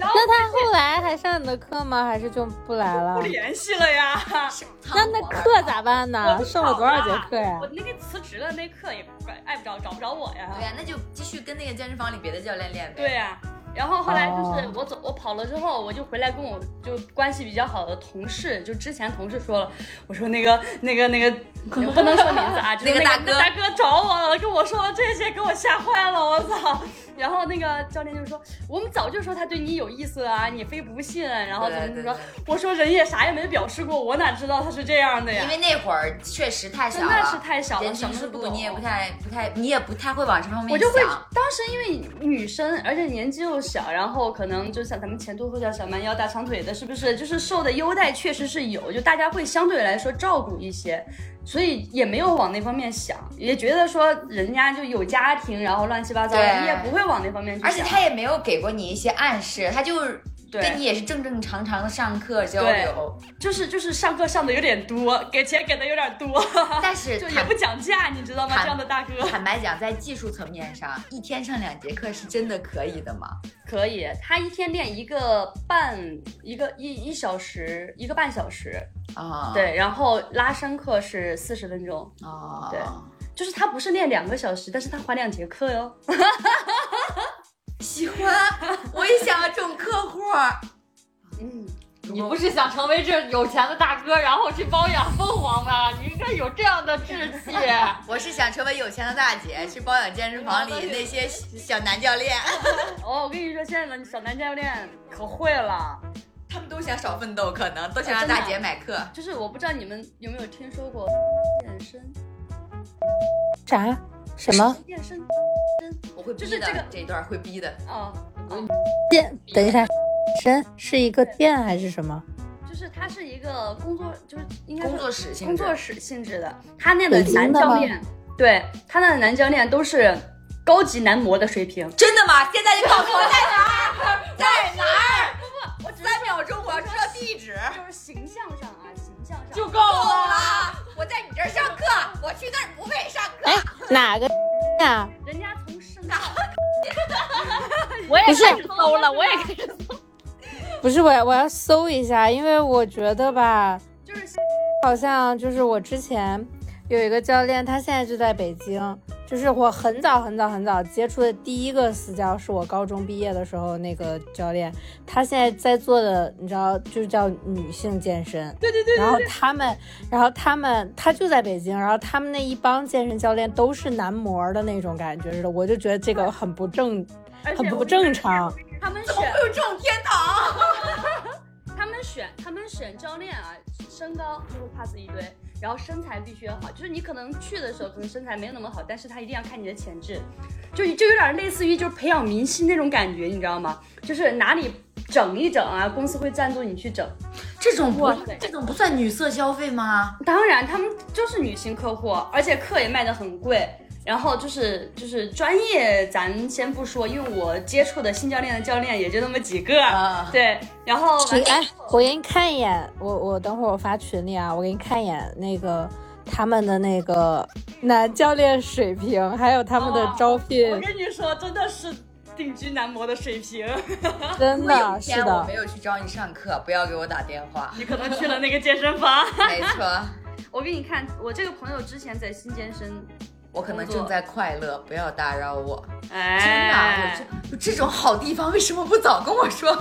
Speaker 5: 然后
Speaker 3: 那他后来还上你的课吗？还是就不来了
Speaker 5: 不？联系了呀。
Speaker 2: 啊
Speaker 3: 那那课咋办呢？
Speaker 5: 我
Speaker 3: 剩了多少节课呀
Speaker 5: 我？那个辞职了，那课也不管碍不着，找不着我呀。
Speaker 2: 啊对呀，那就继续跟那个健身房里别的教练练呗。
Speaker 5: 对呀、然后后来就是
Speaker 3: 哦
Speaker 5: 我走，我跑了之后，我就回来跟我就关系比较好的同事，就之前同事说了，我说那个那个 那个，不能说名字啊，就是
Speaker 2: 那个
Speaker 5: 那
Speaker 2: 大
Speaker 5: 个
Speaker 2: 哥
Speaker 5: 大哥找我了，跟我说了这些，给我吓坏了，我操！然后那个教练就说，我们早就说他对你有意思啊，你非不信，然后
Speaker 2: 对
Speaker 5: 怎么怎么
Speaker 2: 对
Speaker 5: 说
Speaker 2: 对，
Speaker 5: 我说人也啥也没表示过，我哪知道他是这样的呀？
Speaker 2: 因为那会儿确实太小
Speaker 5: 啊真
Speaker 2: 了，
Speaker 5: 的是太小了，
Speaker 2: 人
Speaker 5: 什
Speaker 2: 情
Speaker 5: 么
Speaker 2: 世
Speaker 5: 都不
Speaker 2: 故
Speaker 5: 懂。
Speaker 2: 你也不太不太，你也不太会往这方面想。
Speaker 5: 我就会当时因为女生，而且年纪又小，然后可能就像咱们前凸后翘、小蛮腰、大长腿的，是不是？就是受的优待确实是有，就大家会相对来说照顾一些，所以也没有往那方面想，也觉得说人家就有家庭，然后乱七八糟的，
Speaker 2: 对
Speaker 5: 你也不会往那方面去想。
Speaker 2: 而且他也没有给过你一些暗示，他就是
Speaker 5: 对
Speaker 2: 你也是正正常常的上课交
Speaker 5: 对
Speaker 2: 流，
Speaker 5: 就是就是上课上的有点多，给钱给的有点多，
Speaker 2: 但是
Speaker 5: 就也
Speaker 2: 坦
Speaker 5: 不讲价，你知道吗？
Speaker 2: 谈
Speaker 5: 这样的大哥
Speaker 2: 坦白讲，在技术层面上，一天上两节课是真的可以的吗？
Speaker 5: 可以，他一天练一个半一个一一小时一个半小时，
Speaker 2: 啊、
Speaker 5: 对，然后拉伸课是四十分钟，
Speaker 2: 啊，
Speaker 5: 对就是他不是练两个小时，但是他花两节课哟。
Speaker 2: 喜欢，我也想要这种客户。
Speaker 5: 嗯，
Speaker 1: 你不是想成为这有钱的大哥，然后去包养凤凰吗？你应该有这样的志气。
Speaker 2: 我是想成为有钱的大姐，去包养健身房里那些 小男教练，
Speaker 5: 哦，我跟你说，现在的小男教练可会了，
Speaker 2: 他们都想少奋斗，可能都
Speaker 1: 哦
Speaker 2: 想让
Speaker 1: 啊
Speaker 2: 大姐买课。
Speaker 5: 就是我不知道你们有没有听说过健身，
Speaker 3: 啥？什么？
Speaker 5: 健身
Speaker 2: 我会逼的，
Speaker 5: 就是这个
Speaker 2: 这一段会逼的。
Speaker 5: 啊、
Speaker 3: 店？等一下，身是一个店还是什么？
Speaker 5: 就是他是一个工作，就是应该是
Speaker 2: 工作室性质
Speaker 5: 工作室性质的。他那个
Speaker 3: 北京的
Speaker 5: 男教
Speaker 3: 吗
Speaker 5: 练，对他那个男教练都是高级男模的水平。
Speaker 2: 真的吗？现在就告诉我在哪 儿，在哪儿？
Speaker 5: 我只是
Speaker 2: 三秒钟，我要知道地址。
Speaker 5: 就是形象上啊，形象上
Speaker 1: 就够了。
Speaker 2: 啦，我在你这儿上课，我去那儿不配上课。
Speaker 3: 哪个呀？
Speaker 5: 人家从身高，
Speaker 4: 我也
Speaker 3: 不是
Speaker 4: 开始搜了，我也开始
Speaker 3: 不是我，我要搜一下，因为我觉得吧，
Speaker 5: 就是
Speaker 3: 好像就是我之前有一个教练，他现在就在北京。就是我很早很早很早接触的第一个私教，是我高中毕业的时候那个教练，他现在在做的，你知道，就是叫女性健身。对对对然后他们，然后他们，他就在北京，然后他们那一帮健身教练都是男模的那种感觉似的，我就觉得这个很不正，
Speaker 5: 而且
Speaker 3: 很不
Speaker 5: 我
Speaker 3: 正常。
Speaker 5: 他们选
Speaker 2: 有这种天堂？
Speaker 5: 他们选他们选教练啊，身高就是 pass 一堆，然后身材必须要好，就是你可能去的时候可能身材没有那么好，但是他一定要看你的潜质，就就有点类似于就是培养明星那种感觉，你知道吗？就是哪里整一整啊，公司会赞助你去整。
Speaker 2: 这种不
Speaker 5: 哇塞
Speaker 2: 这种不算女色消费吗？
Speaker 5: 当然，他们就是女性客户，而且课也卖得很贵。然后就是就是专业，咱先不说，因为我接触的新教练的教练也就那么几个，
Speaker 2: 啊，
Speaker 5: 对。然后完
Speaker 3: 你哎，我给你看一眼，我我等会儿我发群里啊，我给你看一眼那个他们的那个男教练水平，还有他们的招聘，
Speaker 5: 我跟你说，真的是顶级男模的水平。
Speaker 3: 真
Speaker 2: 如果有一
Speaker 3: 的
Speaker 2: 天
Speaker 3: 是
Speaker 2: 我
Speaker 3: 的
Speaker 2: 没。有去找你上课，不要给我打电 话。
Speaker 5: 你可能去了那个健身房。
Speaker 2: 没错，
Speaker 5: 我给你看，我这个朋友之前在新健身，
Speaker 2: 我可能正在快乐，不要打扰我。天哪，
Speaker 5: 哎，
Speaker 2: 有这有这种好地方，为什么不早跟我说？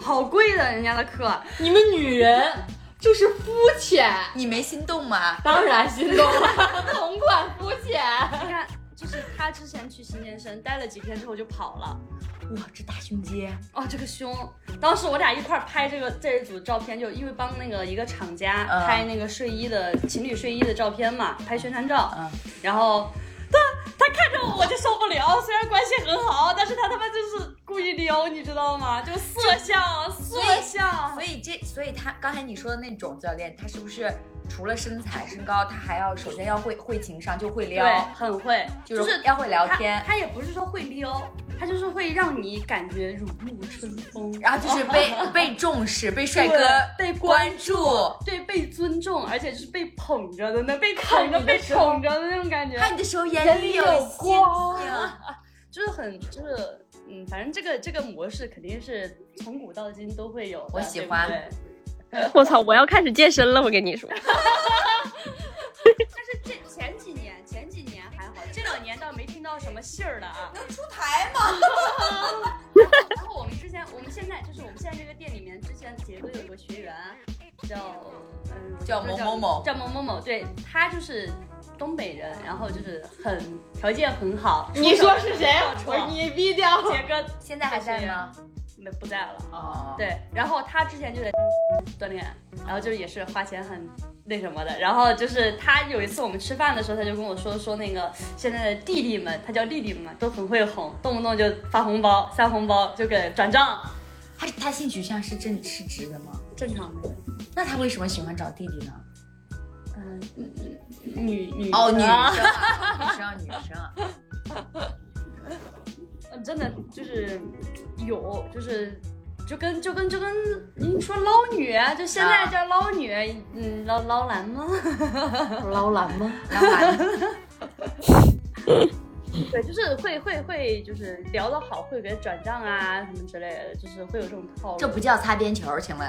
Speaker 5: 好贵的人家的课，
Speaker 1: 你们女人就是肤浅，
Speaker 2: 你没心动吗？
Speaker 1: 当然心动了， 同款肤浅。
Speaker 5: 你看。就是他之前去新健身待了几天之后就跑了，
Speaker 2: 哇，这大胸肌，
Speaker 5: 哦，这个胸！当时我俩一块儿拍这个这一组照片，就因为帮那个一个厂家
Speaker 2: 嗯
Speaker 5: 拍那个睡衣的、情侣睡衣的照片嘛，拍宣传照。
Speaker 2: 嗯
Speaker 5: 然后他他看着我我就受不了，虽然关系很好，但是他他妈就是故意撩，你知道吗？就色相色
Speaker 2: 以
Speaker 5: 相
Speaker 2: 所。以这，所以他刚才你说的那种教练，他是不是除了身材、身高，他还要首先要会会情商，就会撩，
Speaker 5: 对，很会，
Speaker 2: 就是要会聊天
Speaker 5: 他，他也不是说会撩，他就是会让你感觉如沐春风，
Speaker 2: 然后就是 被被重视、被帅哥
Speaker 5: 对被关
Speaker 2: 关注。
Speaker 5: 对被尊重，而且就是被捧着的那被捧着被宠着的那种感觉，
Speaker 2: 看你的时候眼里有星星，
Speaker 5: 就是很就是嗯，反正这个这个模式肯定是从古到今都会有的，
Speaker 2: 我喜欢
Speaker 5: 对不对
Speaker 4: 我操，我要开始健身了，我跟你说，
Speaker 5: 但是这前几年前几年还好，这两年倒没听到什么信儿的啊。
Speaker 2: 能出台吗？
Speaker 5: 然后我们之前，我们现在就是我们现在这个店里面，之前杰哥有个学员叫嗯我
Speaker 2: 叫
Speaker 5: 不知道
Speaker 2: 某某某
Speaker 5: 叫某某某，对他就是东北人，然后就是很条件很好。
Speaker 1: 你
Speaker 5: 出手
Speaker 1: 说是 谁
Speaker 5: 出手？
Speaker 1: 你逼 掉。
Speaker 5: 杰哥
Speaker 2: 现在还在吗？
Speaker 5: 没不在了，
Speaker 2: 哦，
Speaker 5: 对，然后他之前就在锻炼，然后就也是花钱很。那什么的，然后就是他有一次我们吃饭的时候，他就跟我说说那个现在的弟弟们，他叫弟弟们嘛，都很会哄，动不动就发红包、塞红包，就给转账，
Speaker 2: 他他性取向是正是直的吗？
Speaker 5: 正常的。
Speaker 2: 那他为什么喜欢找弟弟呢？
Speaker 5: 嗯嗯嗯女女
Speaker 2: 哦，女生
Speaker 5: 啊
Speaker 2: 啊，女生啊，女生啊，
Speaker 5: 真的就是有，就是就跟就跟就跟您说捞女，啊就现
Speaker 2: 啊
Speaker 5: 在叫捞女，嗯，捞捞篮吗？
Speaker 1: 捞篮吗？
Speaker 2: 然后把
Speaker 5: 对，就是会会会，就是聊得好会给转账啊什么之类的，就是会有这种套路。
Speaker 2: 这不叫擦边球，请问？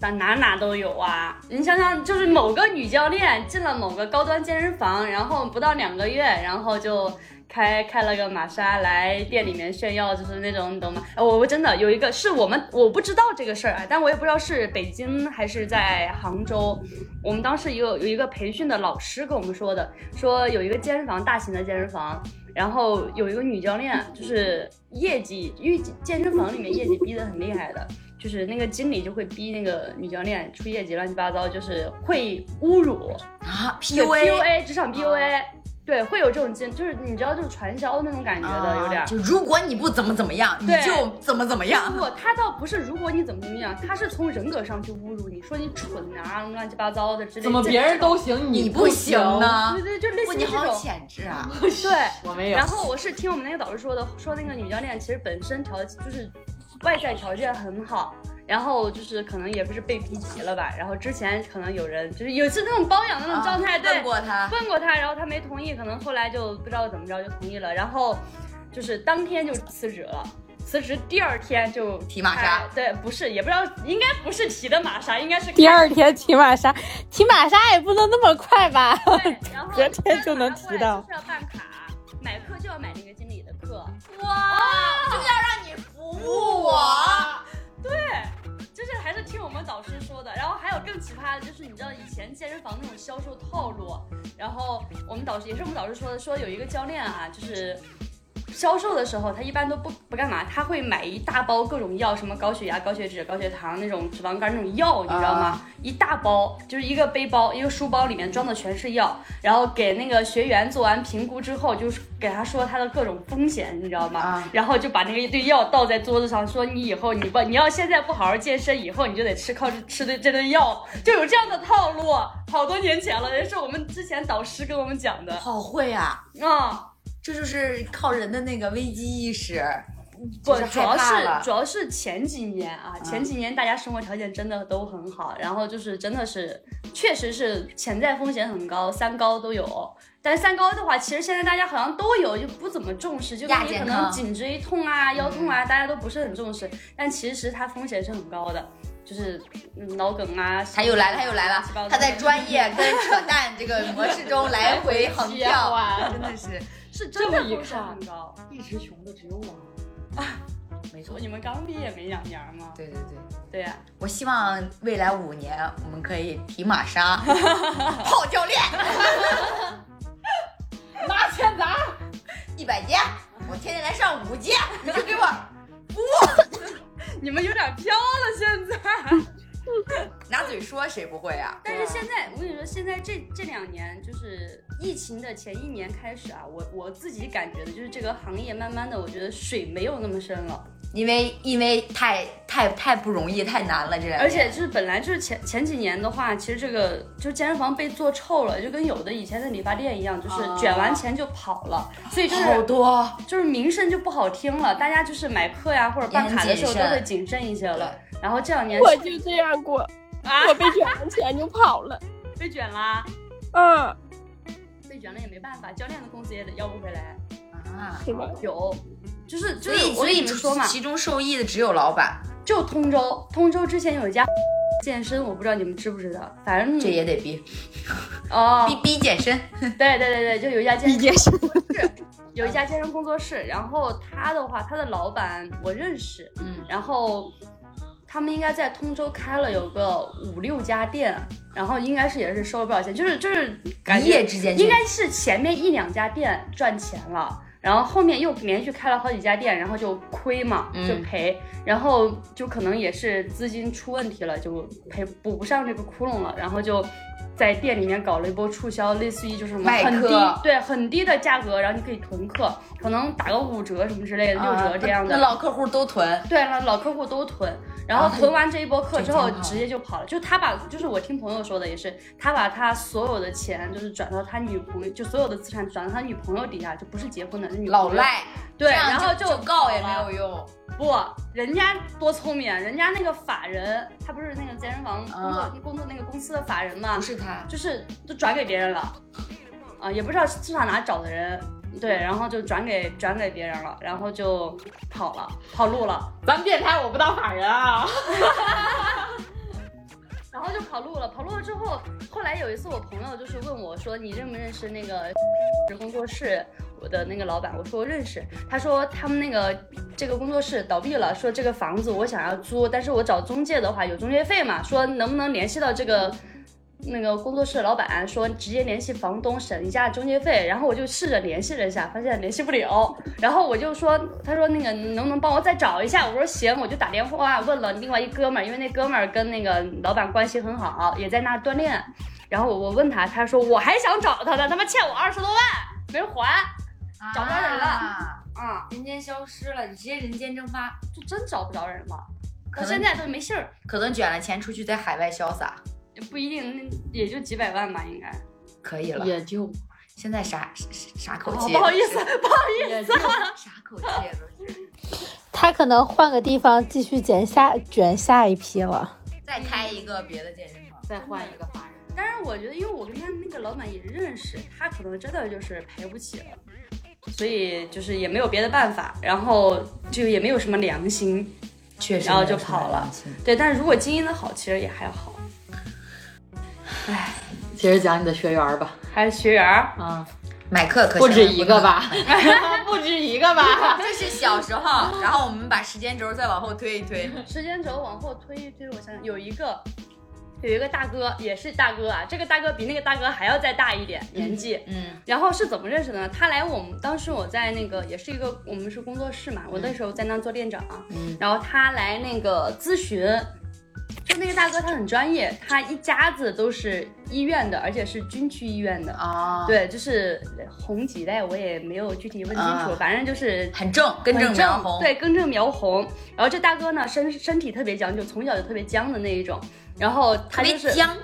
Speaker 5: 咱哪哪都有啊！你想想，就是某个女教练进了某个高端健身房，然后不到两个月，然后就开开了个玛莎来店里面炫耀，就是那种你懂吗？呃我我真的有一个是我们我不知道这个事儿啊，但我也不知道是北京还是在杭州，我们当时有有一个培训的老师跟我们说的，说有一个健身房，大型的健身房。然后有一个女教练，就是业绩，因为健身房里面业绩逼得很厉害的，就是那个经理就会逼那个女教练出业绩，乱七八糟，就是会侮辱
Speaker 2: 啊
Speaker 5: 对
Speaker 2: ，PUA
Speaker 5: PUA 职场 PUA，、对，会有这种经，就是你知道，就是传销那种感觉的，有点
Speaker 2: 啊
Speaker 5: 儿。
Speaker 2: 就如果你不怎么怎么样，你
Speaker 5: 对
Speaker 2: 就怎么怎么样
Speaker 5: 如。果他倒不是，如果你怎么怎么样，他是从人格上去侮辱你，说你蠢啊，乱七八糟的之类的。
Speaker 1: 怎么别人都行，
Speaker 2: 你
Speaker 1: 不
Speaker 2: 不行？呢
Speaker 5: 对？对，就啊类
Speaker 2: 哇，
Speaker 5: 似于
Speaker 2: 你
Speaker 5: 这种
Speaker 2: 好。潜质 啊！
Speaker 5: 对，
Speaker 1: 我
Speaker 3: 哎
Speaker 1: 没有
Speaker 5: 然。后我是听我们那个导师说的，说那个女教练其实本身条就是外在条件很好，然后就是可能也不是被逼急了吧，然后之前可能有人就是有是那种包养的那种状态，
Speaker 2: 啊
Speaker 5: 对
Speaker 2: 问，过 他，
Speaker 5: 问过他，然后他没同意，可能后来就不知道怎么着就同意了，然后就是当天就辞职了。辞职第二天就
Speaker 2: 提玛莎
Speaker 5: 开，对，不是，也不知道，应该不是提的玛莎，应该是
Speaker 3: 第二天骑玛莎，骑玛莎也不能那么快吧？
Speaker 5: 对，然后
Speaker 3: 隔天就能提到
Speaker 5: 就是要办卡，买课就要买那个经理的课，
Speaker 2: 我
Speaker 5: 就是还是听我们导师说的，然后还有更奇葩的，就是你知道以前健身房那种销售套路，然后我们导师也是我们导师说的，说有一个教练啊，就是销售的时候他一般都不不干嘛，他会买一大包各种药，什么高血压、高血脂、高血糖那种脂肪肝那种药，你知道吗？一大包，就是一个背包，一个书包里面装的全是药，然后给那个学员做完评估之后，就是给他说他的各种风险，你知道吗？
Speaker 2: 啊
Speaker 5: 然后就把那个一堆药倒在桌子上，说你以后你不你要现在不好好健身，以后你就得吃靠吃的这顿药，就有这样的套路，好多年前了，也是我们之前导师跟我们讲的
Speaker 2: 好会啊！
Speaker 5: 啊。
Speaker 2: 这就是靠人的那个危机意识，
Speaker 5: 不，
Speaker 2: 就是
Speaker 5: 主
Speaker 2: 害
Speaker 5: 要
Speaker 2: 怕
Speaker 5: 是
Speaker 2: 了嗯
Speaker 5: 主要是前几年啊，前几年大家生活条件真的都很好，然后就是真的是，确实是潜在风险很高，三高都有。但是三高的话，其实现在大家好像都有，就不怎么重视，就
Speaker 2: 亚
Speaker 5: 你
Speaker 2: 健
Speaker 5: 可
Speaker 2: 康嗯
Speaker 5: 能颈椎痛啊、腰痛啊，大家都不是很重视。但其实它风险是很高的，就是嗯脑梗啊。
Speaker 2: 他又来了，他又来
Speaker 5: 乱七八糟
Speaker 2: 了，他在专业跟扯淡这个模式中来回横跳，
Speaker 5: 啊
Speaker 1: 啊
Speaker 2: 真的是
Speaker 5: 是真的风险很高。
Speaker 1: 一直穷的只有我。
Speaker 2: 没错
Speaker 5: 我。你们刚毕业没两年吗？
Speaker 2: 对对对，
Speaker 5: 对呀、
Speaker 2: 我希望未来五年我们可以提玛 莎，泡教练，
Speaker 1: 拿钱砸！
Speaker 2: 一百节，我天天来上五节，你就给我
Speaker 5: 你们有点飘了现在。
Speaker 2: 拿嘴说，谁不会啊？
Speaker 5: 但是现在，我跟你说，现在这这两年，就是疫情的前一年开始啊，我我自己感觉的就是这个行业慢慢的，我觉得水没有那么深了，
Speaker 2: 因为因为太太太不容易，太难了，这
Speaker 5: 而且就是本来就是前前几年的话，其实这个就健身房被做臭了，就跟有的以前的理发店一样，就是
Speaker 1: 啊
Speaker 5: 卷完钱就跑了，所以就是
Speaker 2: 好多。
Speaker 5: 就是名声就不好听了，大家就是买课呀或者办卡的时候都会谨慎一些了。然后这两年
Speaker 4: 我就这样 过，
Speaker 5: 啊
Speaker 4: 我被卷完钱就跑了。
Speaker 5: 被卷啦，
Speaker 4: 嗯，
Speaker 5: 被卷了也没办法，教练的工资也得要不回来。
Speaker 2: 啊，
Speaker 4: 是吧？
Speaker 5: 有，就是就
Speaker 2: 所
Speaker 5: 是
Speaker 2: 以
Speaker 5: 我
Speaker 2: 所
Speaker 5: 跟
Speaker 2: 以
Speaker 5: 你们说嘛，嗯
Speaker 2: 其中受益的只有老板，
Speaker 5: 就通州，通州之前有一家 健身，我不知道你们知不知道，反正
Speaker 2: 这也得逼
Speaker 5: 哦，
Speaker 2: 逼逼健身，
Speaker 5: 对对对对，就有一家健身
Speaker 4: 也是
Speaker 5: 有一家健身工作室，然后他的话，他的老板我认识，
Speaker 2: 嗯，
Speaker 5: 然后他们应该在通州开了有个五六家店，然后应该是也是收了不少钱，就是就是感
Speaker 2: 一
Speaker 5: 觉
Speaker 2: 夜之间就
Speaker 5: 应该是前面一两家店赚钱了，然后后面又连续开了好几家店，然后就亏嘛，
Speaker 2: 嗯
Speaker 5: 就赔，然后就可能也是资金出问题了，就赔补不上这个窟窿了，然后就。在店里面搞了一波促销，类似于就是什么
Speaker 2: 卖
Speaker 5: 很
Speaker 2: 课
Speaker 5: 低，对，很低的价格，然后你可以囤课，
Speaker 2: 啊
Speaker 5: 可能打个五折什么之类的，六折这样的。
Speaker 2: 啊那那老客户都囤，
Speaker 5: 对，老老客户都囤。然后囤完这一波课之后
Speaker 2: 这啊挺好
Speaker 5: 直接就跑了。就他把，就是我听朋友说的也是，他把他所有的钱就是转到他女朋友，就所有的资产转到他女朋友底下，就不是结婚的，是女朋友
Speaker 2: 老。赖，
Speaker 5: 对，
Speaker 2: 这样
Speaker 5: 然后
Speaker 2: 就
Speaker 5: 告也没有
Speaker 2: 用。
Speaker 5: 不，人家多聪明，啊！人家那个法人，他不是那个健身房工
Speaker 2: 啊
Speaker 5: 作、工作那个公司的法人嘛
Speaker 2: 不，是他，
Speaker 5: 就是都转给别人了，啊，也不知道是上哪找的人，对，然后就转给转给别人了，然后就跑了，跑路了，
Speaker 1: 咱们电台我不当法人啊。
Speaker 5: 然后就跑路了，跑路了之后，后来有一次我朋友就是问我说你认不认识那个 工作室我的那个老板，我说我认识，他说他们那个这个工作室倒闭了，说这个房子我想要租，但是我找中介的话有中介费嘛，说能不能联系到这个那个工作室的老板，说直接联系房东省一下中介费，然后我就试着联系了一下，发现联系不了，然后我就说，他说那个能不能帮我再找一下，我说行，我就打电话问了另外一哥们儿，因为那哥们儿跟那个老板关系很好，也在那锻炼，然后我我问他，他说我还想找他呢，他妈欠我二十多万没人还。找到人了
Speaker 2: 啊，
Speaker 5: 啊，
Speaker 2: 人间消失了，你直接人间蒸发，
Speaker 5: 就真找不着人了，
Speaker 2: 可
Speaker 5: 到
Speaker 2: 能
Speaker 5: 现在都没信儿，
Speaker 2: 可能卷了钱出去在海外潇洒，
Speaker 5: 不一定，也就几百万吧，应该。
Speaker 2: 可以了。
Speaker 1: 也就
Speaker 2: 现在啥啥啥口
Speaker 5: 哦，
Speaker 2: 气？
Speaker 5: 不好意思，不好意
Speaker 1: 也就
Speaker 2: 啥口气都是。
Speaker 3: 他可能换个地方继续卷下卷下一批了。
Speaker 2: 再开一个别的健身房，
Speaker 1: 再换一个法人。
Speaker 5: 思。但是我觉得，因为我跟他那个老板也认识，他可能真的就是赔不起了，所以就是也没有别的办法，然后就也没有什么良心。
Speaker 2: 确实，
Speaker 5: 然后就跑了。对，但是如果经营的好，其实也还好。
Speaker 1: 接着讲你的学员吧，
Speaker 5: 还有学员儿，
Speaker 1: 啊，
Speaker 2: 买课可
Speaker 1: 不止
Speaker 2: 千万
Speaker 1: 一
Speaker 2: 能
Speaker 1: 个？吧， 不止一个吧。
Speaker 2: 这是小时候，然后我们把时间轴再往后推一推。
Speaker 5: 嗯时间轴往后推一推，我想想，有一个。有一个大哥，也是大哥啊，这个大哥比那个大哥还要再大一点年纪，
Speaker 2: 嗯，
Speaker 5: 然后是怎么认识的呢？他来我们当时我在那个也是一个我们是工作室嘛，我那时候在那做店长，啊
Speaker 2: 嗯
Speaker 5: 然后他来那个咨询，就那个大哥他很专业，他一家子都是医院的，而且是军区医院的。
Speaker 2: 啊，，
Speaker 5: 对，就是红几代，我也没有具体问清楚，
Speaker 2: 啊
Speaker 5: 反正就是
Speaker 2: 很正，根正
Speaker 5: 很
Speaker 2: 苗红。
Speaker 5: 对，根正苗红。然后这大哥呢，身身体特别犟，就从小就特别犟的那一种，然后
Speaker 2: 特
Speaker 5: 他
Speaker 2: 别
Speaker 5: 就是
Speaker 2: 僵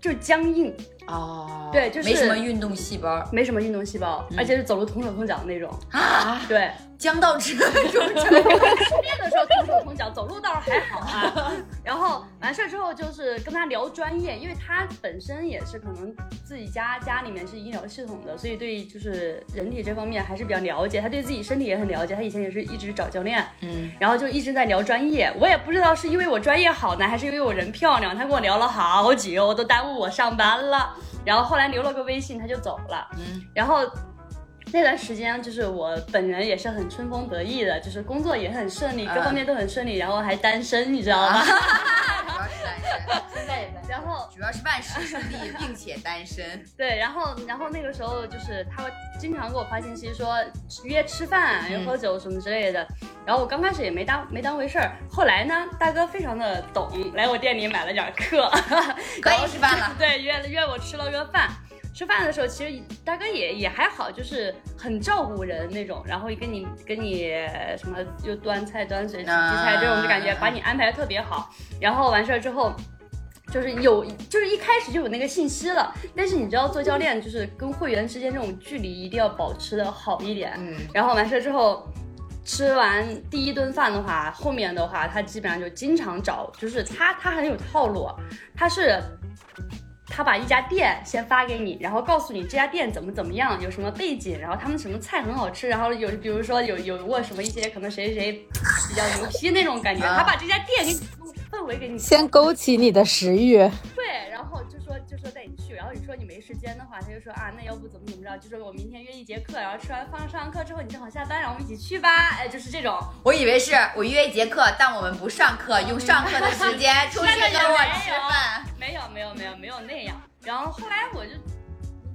Speaker 5: 就是僵硬，
Speaker 2: 哦，
Speaker 5: 对就是
Speaker 2: 没什么运动细胞，
Speaker 5: 没什么运动细胞，而且是走路同手同脚的那种
Speaker 2: 啊。
Speaker 5: 对，
Speaker 2: 僵到这 种程度。
Speaker 5: 失恋的时候同手同脚，走路倒是还好啊。然后完事儿之后就是跟他聊专业，因为他本身也是可能自己家家里面是医疗系统的，所以对就是人体这方面还是比较了解。他对自己身体也很了解，他以前也是一直找教练，
Speaker 2: 嗯，
Speaker 5: 然后就一直在聊专业。我也不知道是因为我专业好呢，还是因为我人漂亮。他跟我聊了好久，都耽误我上班了。然后后来留了个微信，他就走了。
Speaker 2: 嗯，
Speaker 5: 然后那段时间，就是我本人也是很春风得意的，就是工作也很顺利，
Speaker 2: 嗯
Speaker 5: 各方面都很顺利，然后还单身，你知道吗？
Speaker 2: 主要是单身，
Speaker 1: 现在也在
Speaker 5: 然后
Speaker 2: 主要是万事顺利，并且单身。
Speaker 5: 对，然后然后那个时候就是他会经常给我发信息说约吃饭、啊约喝酒什么之类的。然后我刚开始也没当没当回事儿，后来呢，大哥非常的懂，来我店里买了点儿课，
Speaker 2: 可以吃饭了。
Speaker 5: 对，约了约我吃了个饭。吃饭的时候，其实大哥也也还好，就是很照顾人那种，然后跟你跟你呃什么又端菜端水、洗菜这种，就感觉把你安排的特别好。然后完事儿之后，就是有就是一开始就有那个信息了，但是你知道做教练就是跟会员之间这种距离一定要保持的好一点。
Speaker 2: 嗯，
Speaker 5: 然后完事儿之后，吃完第一顿饭的话，后面的话他基本上就经常找，就是他他很有套路，他是。他把一家店先发给你，然后告诉你这家店怎么怎么样，有什么背景，然后他们什么菜很好吃，然后有比如说有有过什么一些可能谁谁比较牛批那种感觉，
Speaker 2: 啊
Speaker 5: 他把这家店给你氛围给你
Speaker 3: 先勾起你的食欲，
Speaker 5: 对，然后就说就说带你去，然后你说你没时间的话，他就说啊，那要不怎么怎么着，就说我明天约一节课，然后吃完放上完课之后你正好下班，然后我们一起去吧，哎，就是这种。
Speaker 2: 我以为是我约一节课，但我们不上课，用上课的时间出去跟我吃饭。
Speaker 5: 没有没有没有没有那样。然后后来我就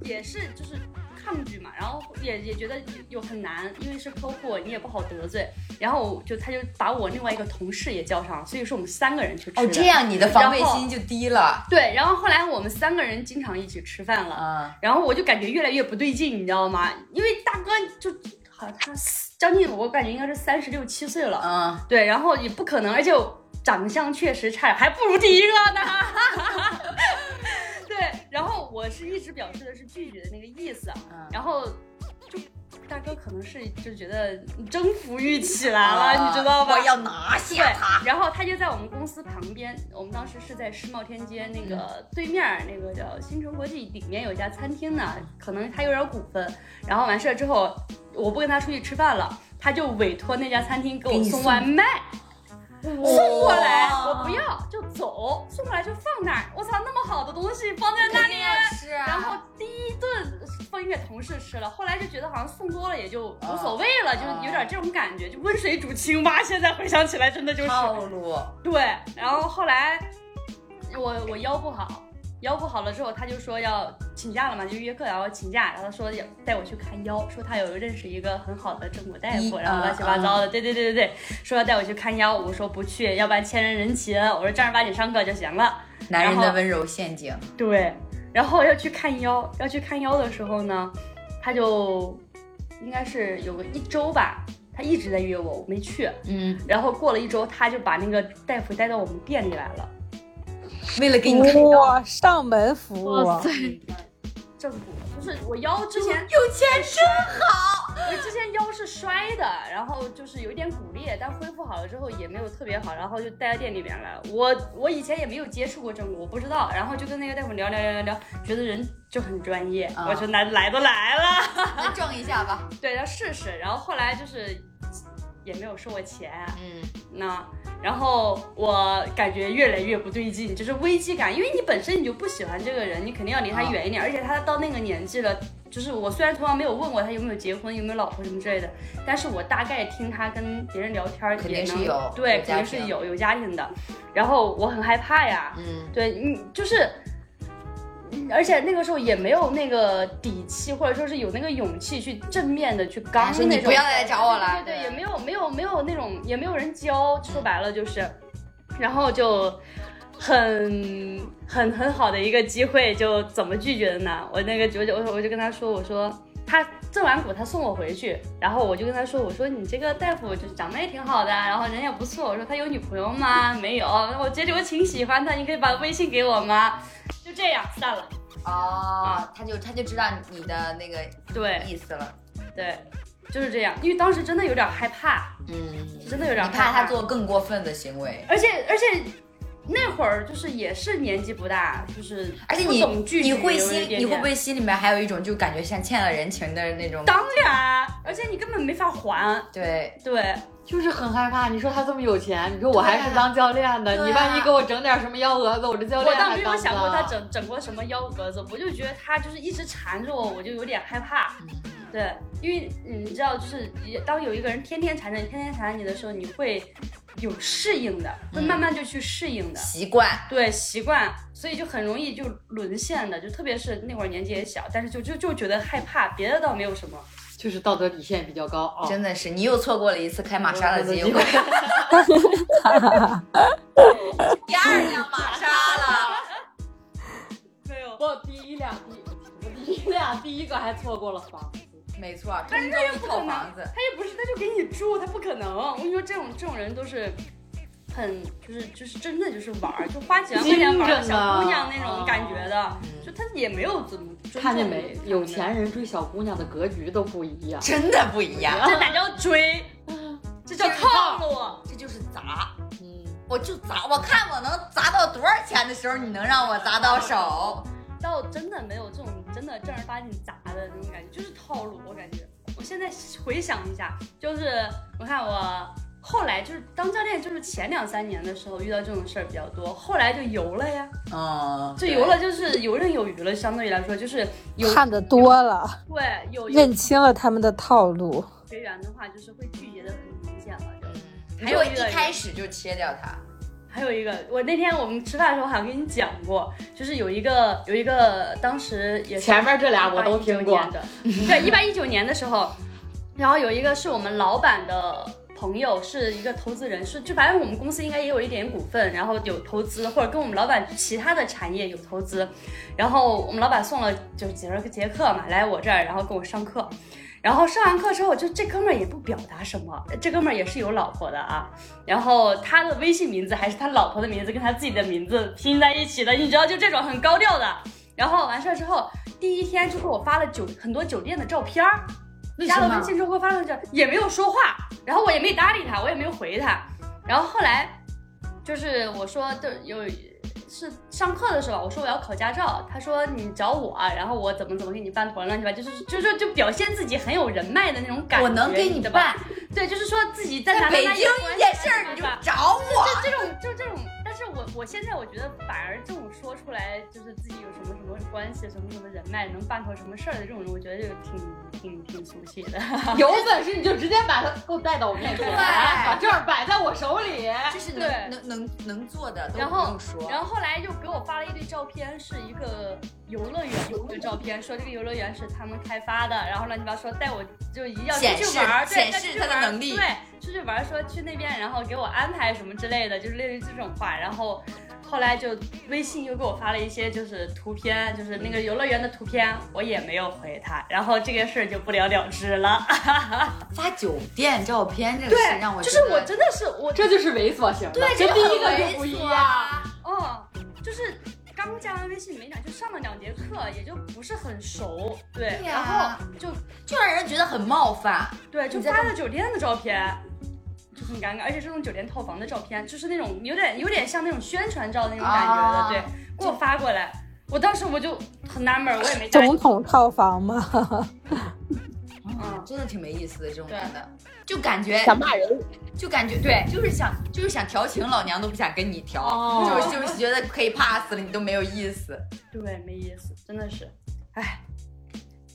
Speaker 5: 也是就是抗拒嘛，然后也也觉得有很难，因为是客户，你也不好得罪。然后就他就把我另外一个同事也叫上，所以是我们三个人去吃的。
Speaker 2: 哦，这样你的防备心就低了。
Speaker 5: 对，然后后来我们三个人经常一起吃饭了。
Speaker 2: 啊，
Speaker 5: 然后我就感觉越来越不对劲，你知道吗？因为大哥就好像他将近，我感觉应该是三十六七岁了，啊
Speaker 2: 嗯，
Speaker 5: 对，然后也不可能，而且我长相确实差，还不如第一个呢。对，然后我是一直表示的是拒绝的那个意思，啊
Speaker 2: 嗯
Speaker 5: 然后就大哥可能是就觉得征服欲起来了，你知道吧？
Speaker 2: 啊我要拿下
Speaker 5: 对
Speaker 2: 他。，
Speaker 5: 然后他就在我们公司旁边，我们当时是在世贸天街那个对面儿那个叫新城国际里面有一家餐厅呢，可能他有点股份。然后完事儿之后，我不跟他出去吃饭了，他就委托那家餐厅给
Speaker 2: 给
Speaker 5: 我
Speaker 2: 你
Speaker 5: 送
Speaker 2: 送
Speaker 5: 外卖。送过来，我不要就走，送过来就放那儿。我操，那么好的东西放在那里，
Speaker 2: 是啊，
Speaker 5: 然后第一顿分给同事吃了，后来就觉得好像送多了也就无所谓了，就有点这种感觉，就温水煮青蛙。现在回想起来，真的就是
Speaker 2: 套路，
Speaker 5: 对。然后后来我我腰不好，腰不好了之后，他就说要请假了嘛，就约课，然后请假，然后他说要带我去看腰，说他有认识一个很好的中国大
Speaker 2: 医
Speaker 5: 夫，然后
Speaker 2: 啊
Speaker 5: 乱七八糟的，对对对对对，说要带我去看腰，我说不去，要不然欠人人情，我说正儿八经上课就行了。
Speaker 2: 男人
Speaker 5: 然
Speaker 2: 的
Speaker 5: 后
Speaker 2: 温柔陷阱，
Speaker 5: 对，然后要去看腰，要去看腰的时候呢，他就应该是有个一周吧，他一直在约我，我没去。
Speaker 2: 嗯，
Speaker 5: 然后过了一周，他就把那个大夫带到我们店里来了，
Speaker 2: 为了给你看到
Speaker 3: 哇，上门服务，
Speaker 4: 哇塞，
Speaker 5: 正骨就是我腰之前
Speaker 2: 哦有钱真好，
Speaker 5: 我之前腰是摔的，然后就是有一点骨裂，但恢复好了之后也没有特别好，然后就带到店里边来了。我我以前也没有接触过正骨，我不知道，然后就跟那个大夫聊聊聊聊聊，觉得人就很专业，
Speaker 2: 啊
Speaker 5: 我说那来都来了。
Speaker 2: 来撞一下吧，
Speaker 5: 对，要试试。然后后来就是也没有收我钱，
Speaker 2: 嗯，
Speaker 5: 那然后我感觉越来越不对劲，就是危机感，因为你本身你就不喜欢这个人，你肯定要离他
Speaker 2: 啊
Speaker 5: 远一点。而且他到那个年纪了，就是我虽然从来没有问过他有没有结婚、有没有老婆什么之类的，但是我大概听他跟别人聊天儿也能，
Speaker 2: 肯定是有
Speaker 5: 对，
Speaker 2: 有
Speaker 5: 肯
Speaker 2: 家
Speaker 5: 定是
Speaker 2: 庭
Speaker 5: 有有家庭的。然后我很害怕呀，
Speaker 2: 嗯，
Speaker 5: 对你就是，嗯而且那个时候也没有那个底气，或者说是有那个勇气去正面的去刚
Speaker 2: 啊
Speaker 5: 那
Speaker 2: 说
Speaker 5: 种。
Speaker 2: 你不要再来找我了
Speaker 5: 对
Speaker 2: 对
Speaker 5: 对对，也没有没有没有那种也没有人教，说白了就是，然后就。很很很好的一个机会，就怎么拒绝的呢？我那个我就我我就跟他说，我说他正完骨，他送我回去，然后我就跟他说，我说你这个大夫就长得也挺好的，啊然后人也不错，我说他有女朋友吗？没有，我觉得我挺喜欢他，你可以把微信给我吗？就这样散了。
Speaker 2: 哦，他就他就知道你的那个
Speaker 5: 对
Speaker 2: 意思了，
Speaker 5: 对，就是这样，因为当时真的有点害怕，
Speaker 2: 嗯，
Speaker 5: 真的有
Speaker 2: 你
Speaker 5: 点
Speaker 2: 怕
Speaker 5: 怕
Speaker 2: 他做更过分的行为，
Speaker 5: 而且而且那会儿就是也是年纪不大，就是
Speaker 2: 而且
Speaker 5: 不
Speaker 2: 你
Speaker 5: 懂拒绝
Speaker 2: 你会
Speaker 5: 有一
Speaker 2: 心
Speaker 5: 点
Speaker 2: 你会
Speaker 5: 点
Speaker 2: 不会心里面还有一种就感觉像欠了人情的那种，
Speaker 5: 当然，而且你根本没法还。
Speaker 2: 对，
Speaker 5: 对，
Speaker 1: 就是很害怕。你说他这么有钱，你说我还
Speaker 2: 对啊
Speaker 1: 是当教练的，
Speaker 2: 对啊
Speaker 1: 你万一给我整点什么幺蛾子，我这教
Speaker 5: 我
Speaker 1: 练
Speaker 5: 倒
Speaker 1: 还
Speaker 5: 没
Speaker 1: 当
Speaker 5: 有
Speaker 1: 不
Speaker 5: 想过他
Speaker 1: 了
Speaker 5: 整整过什么幺蛾子，我就觉得他就是一直缠着我，我就有点害怕。
Speaker 2: 嗯
Speaker 5: 对，因为你知道，就是当有一个人天天缠着你、天天缠着你的时候，你会有适应的，
Speaker 2: 嗯
Speaker 5: 会慢慢就去适应的。
Speaker 2: 习惯，
Speaker 5: 对，习惯，所以就很容易就沦陷的，就特别是那会儿年纪也小，但是就就就觉得害怕，别的倒没有什么。
Speaker 1: 就是道德底线比较高啊。
Speaker 2: 真的是你又错过了一次开玛莎的机
Speaker 1: 我
Speaker 2: 会
Speaker 5: 哦
Speaker 1: 我，
Speaker 2: 第二辆玛莎了，
Speaker 5: 没有，
Speaker 1: 我第一辆第我第一辆第一个还错过了房子，
Speaker 2: 没错， 郑州一套房子，
Speaker 5: 他也不是，他就给你住，他不可能。我跟你说，这种这种人都是很就是就是真的就是玩儿，就花几万块钱玩儿的小姑娘那种感觉的，就他也没有怎么尊重
Speaker 1: 啊看见
Speaker 5: 你
Speaker 1: 没
Speaker 5: 他？们
Speaker 1: 有钱人追小姑娘的格局都不一样。
Speaker 2: 真的不一样，
Speaker 5: 这哪叫追？
Speaker 1: 啊
Speaker 5: 这叫套路。啊
Speaker 2: 这就是砸，
Speaker 1: 嗯，
Speaker 2: 我就砸，我看我能砸到多少钱的时候，你能让我砸到手。
Speaker 5: 到真的没有这种真的正儿八经砸的那种感觉，就是套路。我感觉我现在回想一下，就是我看我后来就是当教练，就是前两三年的时候遇到这种事儿比较多，后来就游了呀。
Speaker 2: 嗯，
Speaker 5: 就游了，就是游刃有余了，相对于来说就是有
Speaker 3: 看得多了，
Speaker 5: 对有有
Speaker 3: 认清了他们的套路。
Speaker 5: 学员的话，就是会拒绝的很明显了。
Speaker 2: 嗯，
Speaker 5: 就还
Speaker 2: 还
Speaker 5: 有
Speaker 2: 有
Speaker 5: 一
Speaker 2: 一
Speaker 5: 个
Speaker 2: 开始就切掉它，
Speaker 5: 还有一个，我那天我们吃饭的时候好像跟你讲过，就是有一个有一个当时也是
Speaker 1: 前面这俩我都听过
Speaker 5: 1819年的， 对，一八一九年的时候，然后有一个是我们老板的。朋友是一个投资人，是就反正我们公司应该也有一点股份，然后有投资或者跟我们老板其他的产业有投资，然后我们老板送了就几十节课嘛来我这儿，然后跟我上课，然后上完课之后，就这哥们儿也不表达什么，这哥们儿也是有老婆的啊。然后他的微信名字还是他老婆的名字跟他自己的名字拼在一起的，你知道，就这种很高调的。然后完事儿之后，第一天就给我发了酒很多酒店的照片儿，
Speaker 2: 为
Speaker 5: 加
Speaker 2: 什
Speaker 5: 了
Speaker 2: 么
Speaker 5: 微？信之后发上去，也没有说话，然后我也没搭理他，我也没有回他。然后后来就是我说，就有是上课的时候，我说我要考驾照，他说你找我，然后我怎么怎么给你办团乱七八，就是就就就表现自己很有人脉的那种感觉，
Speaker 2: 我能给
Speaker 5: 你
Speaker 2: 你
Speaker 5: 知道吧
Speaker 2: 办，
Speaker 5: 对，就是说自己在
Speaker 2: 在
Speaker 5: 哪里
Speaker 2: 北
Speaker 5: 哪里
Speaker 2: 京
Speaker 5: 有关
Speaker 2: 遇
Speaker 5: 系
Speaker 2: 见事儿你就
Speaker 5: 对吧
Speaker 2: 找我。
Speaker 5: 这这种就这种，但是我我现在我觉得反而这种说出来就是自己有什么什么关系、什么什么人脉，能办头什么事儿的这种人，我觉得就挺挺挺俗气的。
Speaker 1: 有本事你就直接把他给我带到我面前，
Speaker 2: 对
Speaker 1: 把证儿摆在我手里。
Speaker 2: 这是
Speaker 5: 对
Speaker 2: 能能能能做的，都
Speaker 5: 然
Speaker 2: 不
Speaker 5: 后
Speaker 2: 用说。
Speaker 5: 然后后来又给我发了一堆照片，是一个游乐园的照片，说这个游乐园是他们开发的，然后乱七八糟说带我就一定要出
Speaker 2: 显
Speaker 5: 去
Speaker 2: 示
Speaker 5: 玩儿，对，
Speaker 2: 显
Speaker 5: 带
Speaker 2: 示
Speaker 5: 出去
Speaker 2: 他的
Speaker 5: 玩儿
Speaker 2: 能力
Speaker 5: 对，出去玩儿说去那边，然后给我安排什么之类的，就是类似这种话，然后。后来就微信又给我发了一些就是图片，就是那个游乐园的图片，我也没有回他，然后这个事儿就不了了之了。
Speaker 2: 发酒店照片这个事让我
Speaker 5: 就
Speaker 2: 觉
Speaker 5: 是
Speaker 2: 得
Speaker 5: 我真的是我
Speaker 1: 这就是猥琐型的，
Speaker 5: 对
Speaker 1: 这
Speaker 5: 这
Speaker 1: 第
Speaker 5: 个
Speaker 1: 一个
Speaker 5: 很
Speaker 1: 就不一样。
Speaker 5: 哦，就是刚加完微信没两，就上了两节课，也就不是很熟，对，
Speaker 2: 对
Speaker 5: 然
Speaker 2: 哎呀
Speaker 5: 后就
Speaker 2: 就让人觉得很冒犯。
Speaker 5: 对，就
Speaker 2: 你在
Speaker 5: 发
Speaker 2: 干
Speaker 5: 了酒店的照片。就很尴尬，而且是那种酒店套房的照片，就是那种有点有点像那种宣传照那种感觉的，
Speaker 2: 啊
Speaker 5: 对，给我发过来，我当时我就很纳闷，我也没答应
Speaker 3: 总统套房吗？
Speaker 2: 嗯
Speaker 5: 嗯，
Speaker 2: 真的挺没意思的这种
Speaker 5: 对
Speaker 2: 男的，就感觉
Speaker 4: 想骂人，
Speaker 2: 就感觉对，就是想就是想调情，老娘都不想跟你调，
Speaker 1: 哦
Speaker 2: 就就是觉得可以 pass 了，你都没有意思。
Speaker 5: 对，没意思，真的是，唉，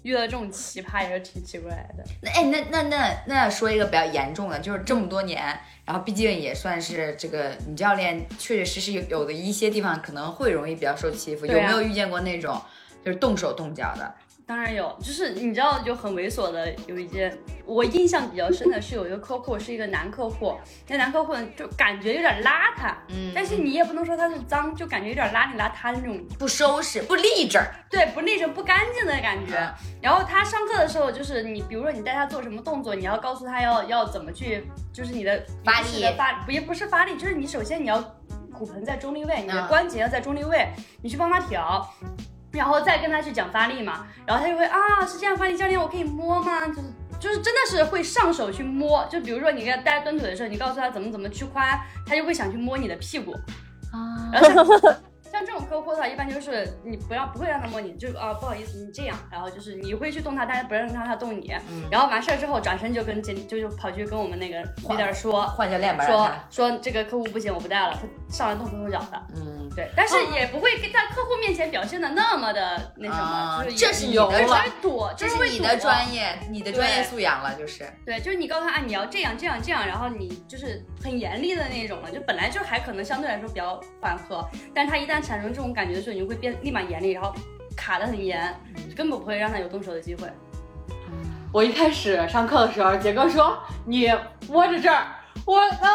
Speaker 5: 遇到这种奇葩也是挺奇怪的。
Speaker 2: 那哎，那那那那说一个比较严重的，就是这么多年，然后毕竟也算是这个女教练，确确实实有有的一些地方可能会容易比较受欺负，有
Speaker 5: 对啊
Speaker 2: 没有遇见过那种就是动手动脚的？
Speaker 5: 当然有，就是你知道就很猥琐的有一些，我印象比较深的是有一个客户是一个男客户，那男客户就感觉有点邋遢，
Speaker 2: 嗯
Speaker 5: 但是你也不能说他是脏，就感觉有点邋里邋遢的那种，
Speaker 2: 不收拾不立正儿，
Speaker 5: 对，不那种不干净的感
Speaker 2: 嗯
Speaker 5: 觉。然后他上课的时候，就是你比如说你带他做什么动作，你要告诉他要要怎么去，就是你的
Speaker 2: 发
Speaker 5: 你
Speaker 2: 力
Speaker 5: 的发不也不是发力，就是你首先你要骨盆在中立位，你的
Speaker 2: 嗯
Speaker 5: 关节要在中立位，你去帮他调。然后再跟他去讲发力嘛，然后他就会啊，是这样发力，教练我可以摸吗？就是就是真的是会上手去摸，就比如说你给他带蹲腿的时候，你告诉他怎么怎么屈髋，他就会想去摸你的屁股，
Speaker 2: 啊，
Speaker 5: 然后像像这种客户的话，一般就是你不要不会让他摸你，就啊不好意思你这样，然后就是你会去动他，但是不让他动你，
Speaker 2: 嗯
Speaker 5: 然后完事儿之后转身就跟经就就跑去跟我们那个 leader 说
Speaker 2: 换教练吧，让
Speaker 5: 说
Speaker 2: 他
Speaker 5: 说这个客户不行，我不带了，他上来动手动脚的。
Speaker 2: 嗯，
Speaker 5: 对，但是也不会跟在客户面前表现的那么的那什么，
Speaker 2: 啊
Speaker 5: 就是也
Speaker 2: 这是你
Speaker 5: 有
Speaker 2: 的
Speaker 5: 稍
Speaker 2: 专
Speaker 5: 微躲，
Speaker 2: 这
Speaker 5: 就是会啊
Speaker 2: 你
Speaker 5: 躲
Speaker 2: 的专业，你的专业素养了，就是。
Speaker 5: 对，就是你告诉他啊，你要这样这样这样，然后你就是很严厉的那种了，就本来就还可能相对来说比较缓和，但是他一旦产生这种感觉的时候，你就会变立马严厉，然后卡得很严，就根本不会让他有动手的机会。
Speaker 1: 我一开始上课的时候，杰哥说你摸着这儿，我呃，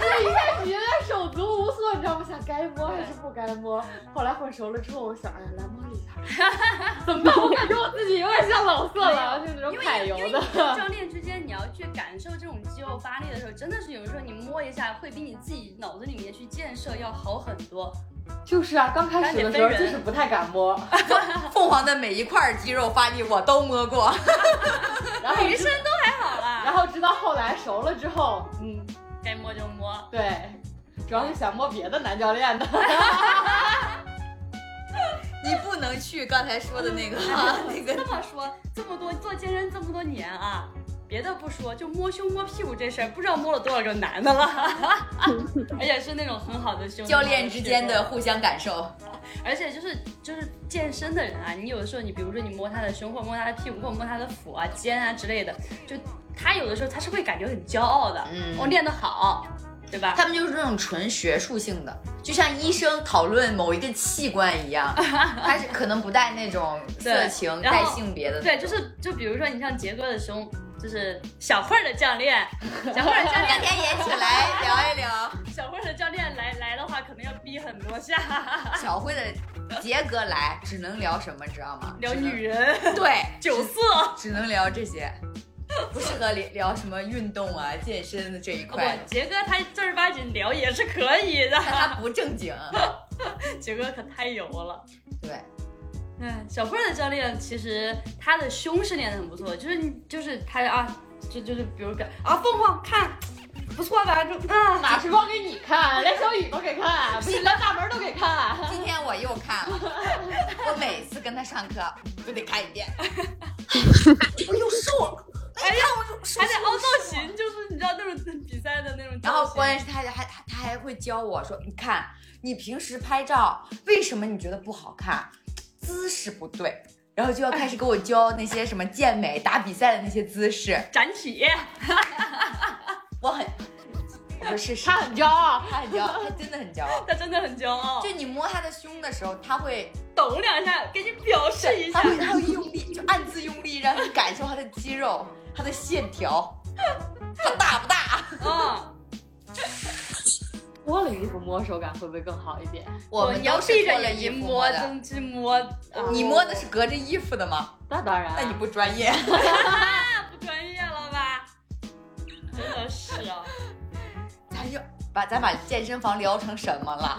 Speaker 1: 就是一开始有点手足无措，你知道吗？想该摸还是不该摸。后来混熟了之后，我想，哎，来摸一下， 怎么办？我感觉我自己有点像老色狼，就那种
Speaker 5: 因为
Speaker 1: 揩
Speaker 5: 因为
Speaker 1: 油
Speaker 5: 你
Speaker 1: 的。
Speaker 5: 跟教练之间，你要去感受这种肌肉发力的时候，真的是有的时候你摸一下，会比你自己脑子里面去建设要好很多。
Speaker 1: 就是啊，刚开始的时候
Speaker 5: 赶紧分人
Speaker 1: 就是不太敢 摸，
Speaker 2: 凤凰的每一块肌肉发力我都摸过，
Speaker 1: 然后
Speaker 5: 女生都还好
Speaker 1: 然
Speaker 5: 啦，
Speaker 1: 后直到后来熟了之后，嗯，
Speaker 5: 该摸就摸。
Speaker 1: 对，主要是想摸别的男教练的。
Speaker 2: 你不能去刚才说的那个嗯 那个
Speaker 5: 这么说，这么多做健身这么多年啊，别的不说，就摸胸摸屁股这事儿，不知道摸了多少个男的了， 而且是那种很好的 胸。
Speaker 2: 教练之间的，互相感受。
Speaker 5: 而且就是就是健身的人啊，你有的时候你比如说你摸他的胸，或者摸他的屁股，或者摸他的腹啊、肩啊之类的，就他有的时候他是会感觉很骄傲的，
Speaker 2: 嗯
Speaker 5: 我、练得好，对吧？
Speaker 2: 他们就是那种纯学术性的，就像医生讨论某一个器官一 样，他是可能不带那种色情、
Speaker 5: 对然
Speaker 2: 带
Speaker 5: 后
Speaker 2: 性别的。
Speaker 5: 对，就是就比如说你像杰哥的胸，就就是小慧儿的 教练，小慧儿的教
Speaker 2: 改
Speaker 5: 练
Speaker 2: 天也起来聊一聊。
Speaker 5: 小慧儿的教练来来的话，可能要逼很多下，
Speaker 2: 小慧的杰哥来，只能聊什么，知道吗？
Speaker 5: 聊
Speaker 2: 只能
Speaker 5: 女人、
Speaker 2: 对，
Speaker 5: 酒色。
Speaker 2: 只能聊这些，不适合聊聊什么运动啊、健身的这一
Speaker 5: 哦不
Speaker 2: 块，，
Speaker 5: 杰哥他正儿八经聊也是可以的，
Speaker 2: 但他不正经。
Speaker 5: 杰哥可太油了。
Speaker 2: 对，
Speaker 5: 嗯，小慧儿的教练其实她的胸是练得很不错，就是你就是她啊，就就是比如表啊，凤凰看不错吧，就啊，
Speaker 1: 哪是光给你看，连小雨都给看，不是连大门都给看。
Speaker 2: 今天我又看了，我每次跟他上课都得看一遍。我又瘦了，哎呀，我瘦
Speaker 5: 还得凹造型，就是你知道那种比赛的那种造型。
Speaker 2: 然后关键是他还还他还会教我说，你看你平时拍照为什么你觉得不好看，姿势不对，然后就要开始给我教那些什么健美打比赛的那些姿势，
Speaker 5: 展体，
Speaker 2: 我很，我说是是，
Speaker 1: 他很骄傲，
Speaker 2: 他很骄傲，他真的很骄傲。
Speaker 5: 他真的很骄傲
Speaker 2: 就，你摸他的胸的时候，他会，
Speaker 5: 抖两下给你表示一下
Speaker 2: 他。会，他会用力，就暗自用力，让你感受他的肌肉，他的线条，他大不大？
Speaker 5: 嗯，
Speaker 1: 脱了衣服摸手感会不会更好一点？
Speaker 2: 我们
Speaker 5: 你要
Speaker 2: 都是
Speaker 5: 闭着
Speaker 2: 脱了
Speaker 5: 眼
Speaker 2: 衣
Speaker 5: 睛
Speaker 2: 服
Speaker 5: 摸，
Speaker 2: 的。
Speaker 5: 真去摸，
Speaker 1: 呃
Speaker 5: 啊
Speaker 2: 你摸的是隔着衣服的吗？
Speaker 1: 那当然，啊
Speaker 2: 那你不专业。
Speaker 5: 不专业了吧？真的是啊，
Speaker 2: 咱就把咱把健身房聊成什么了？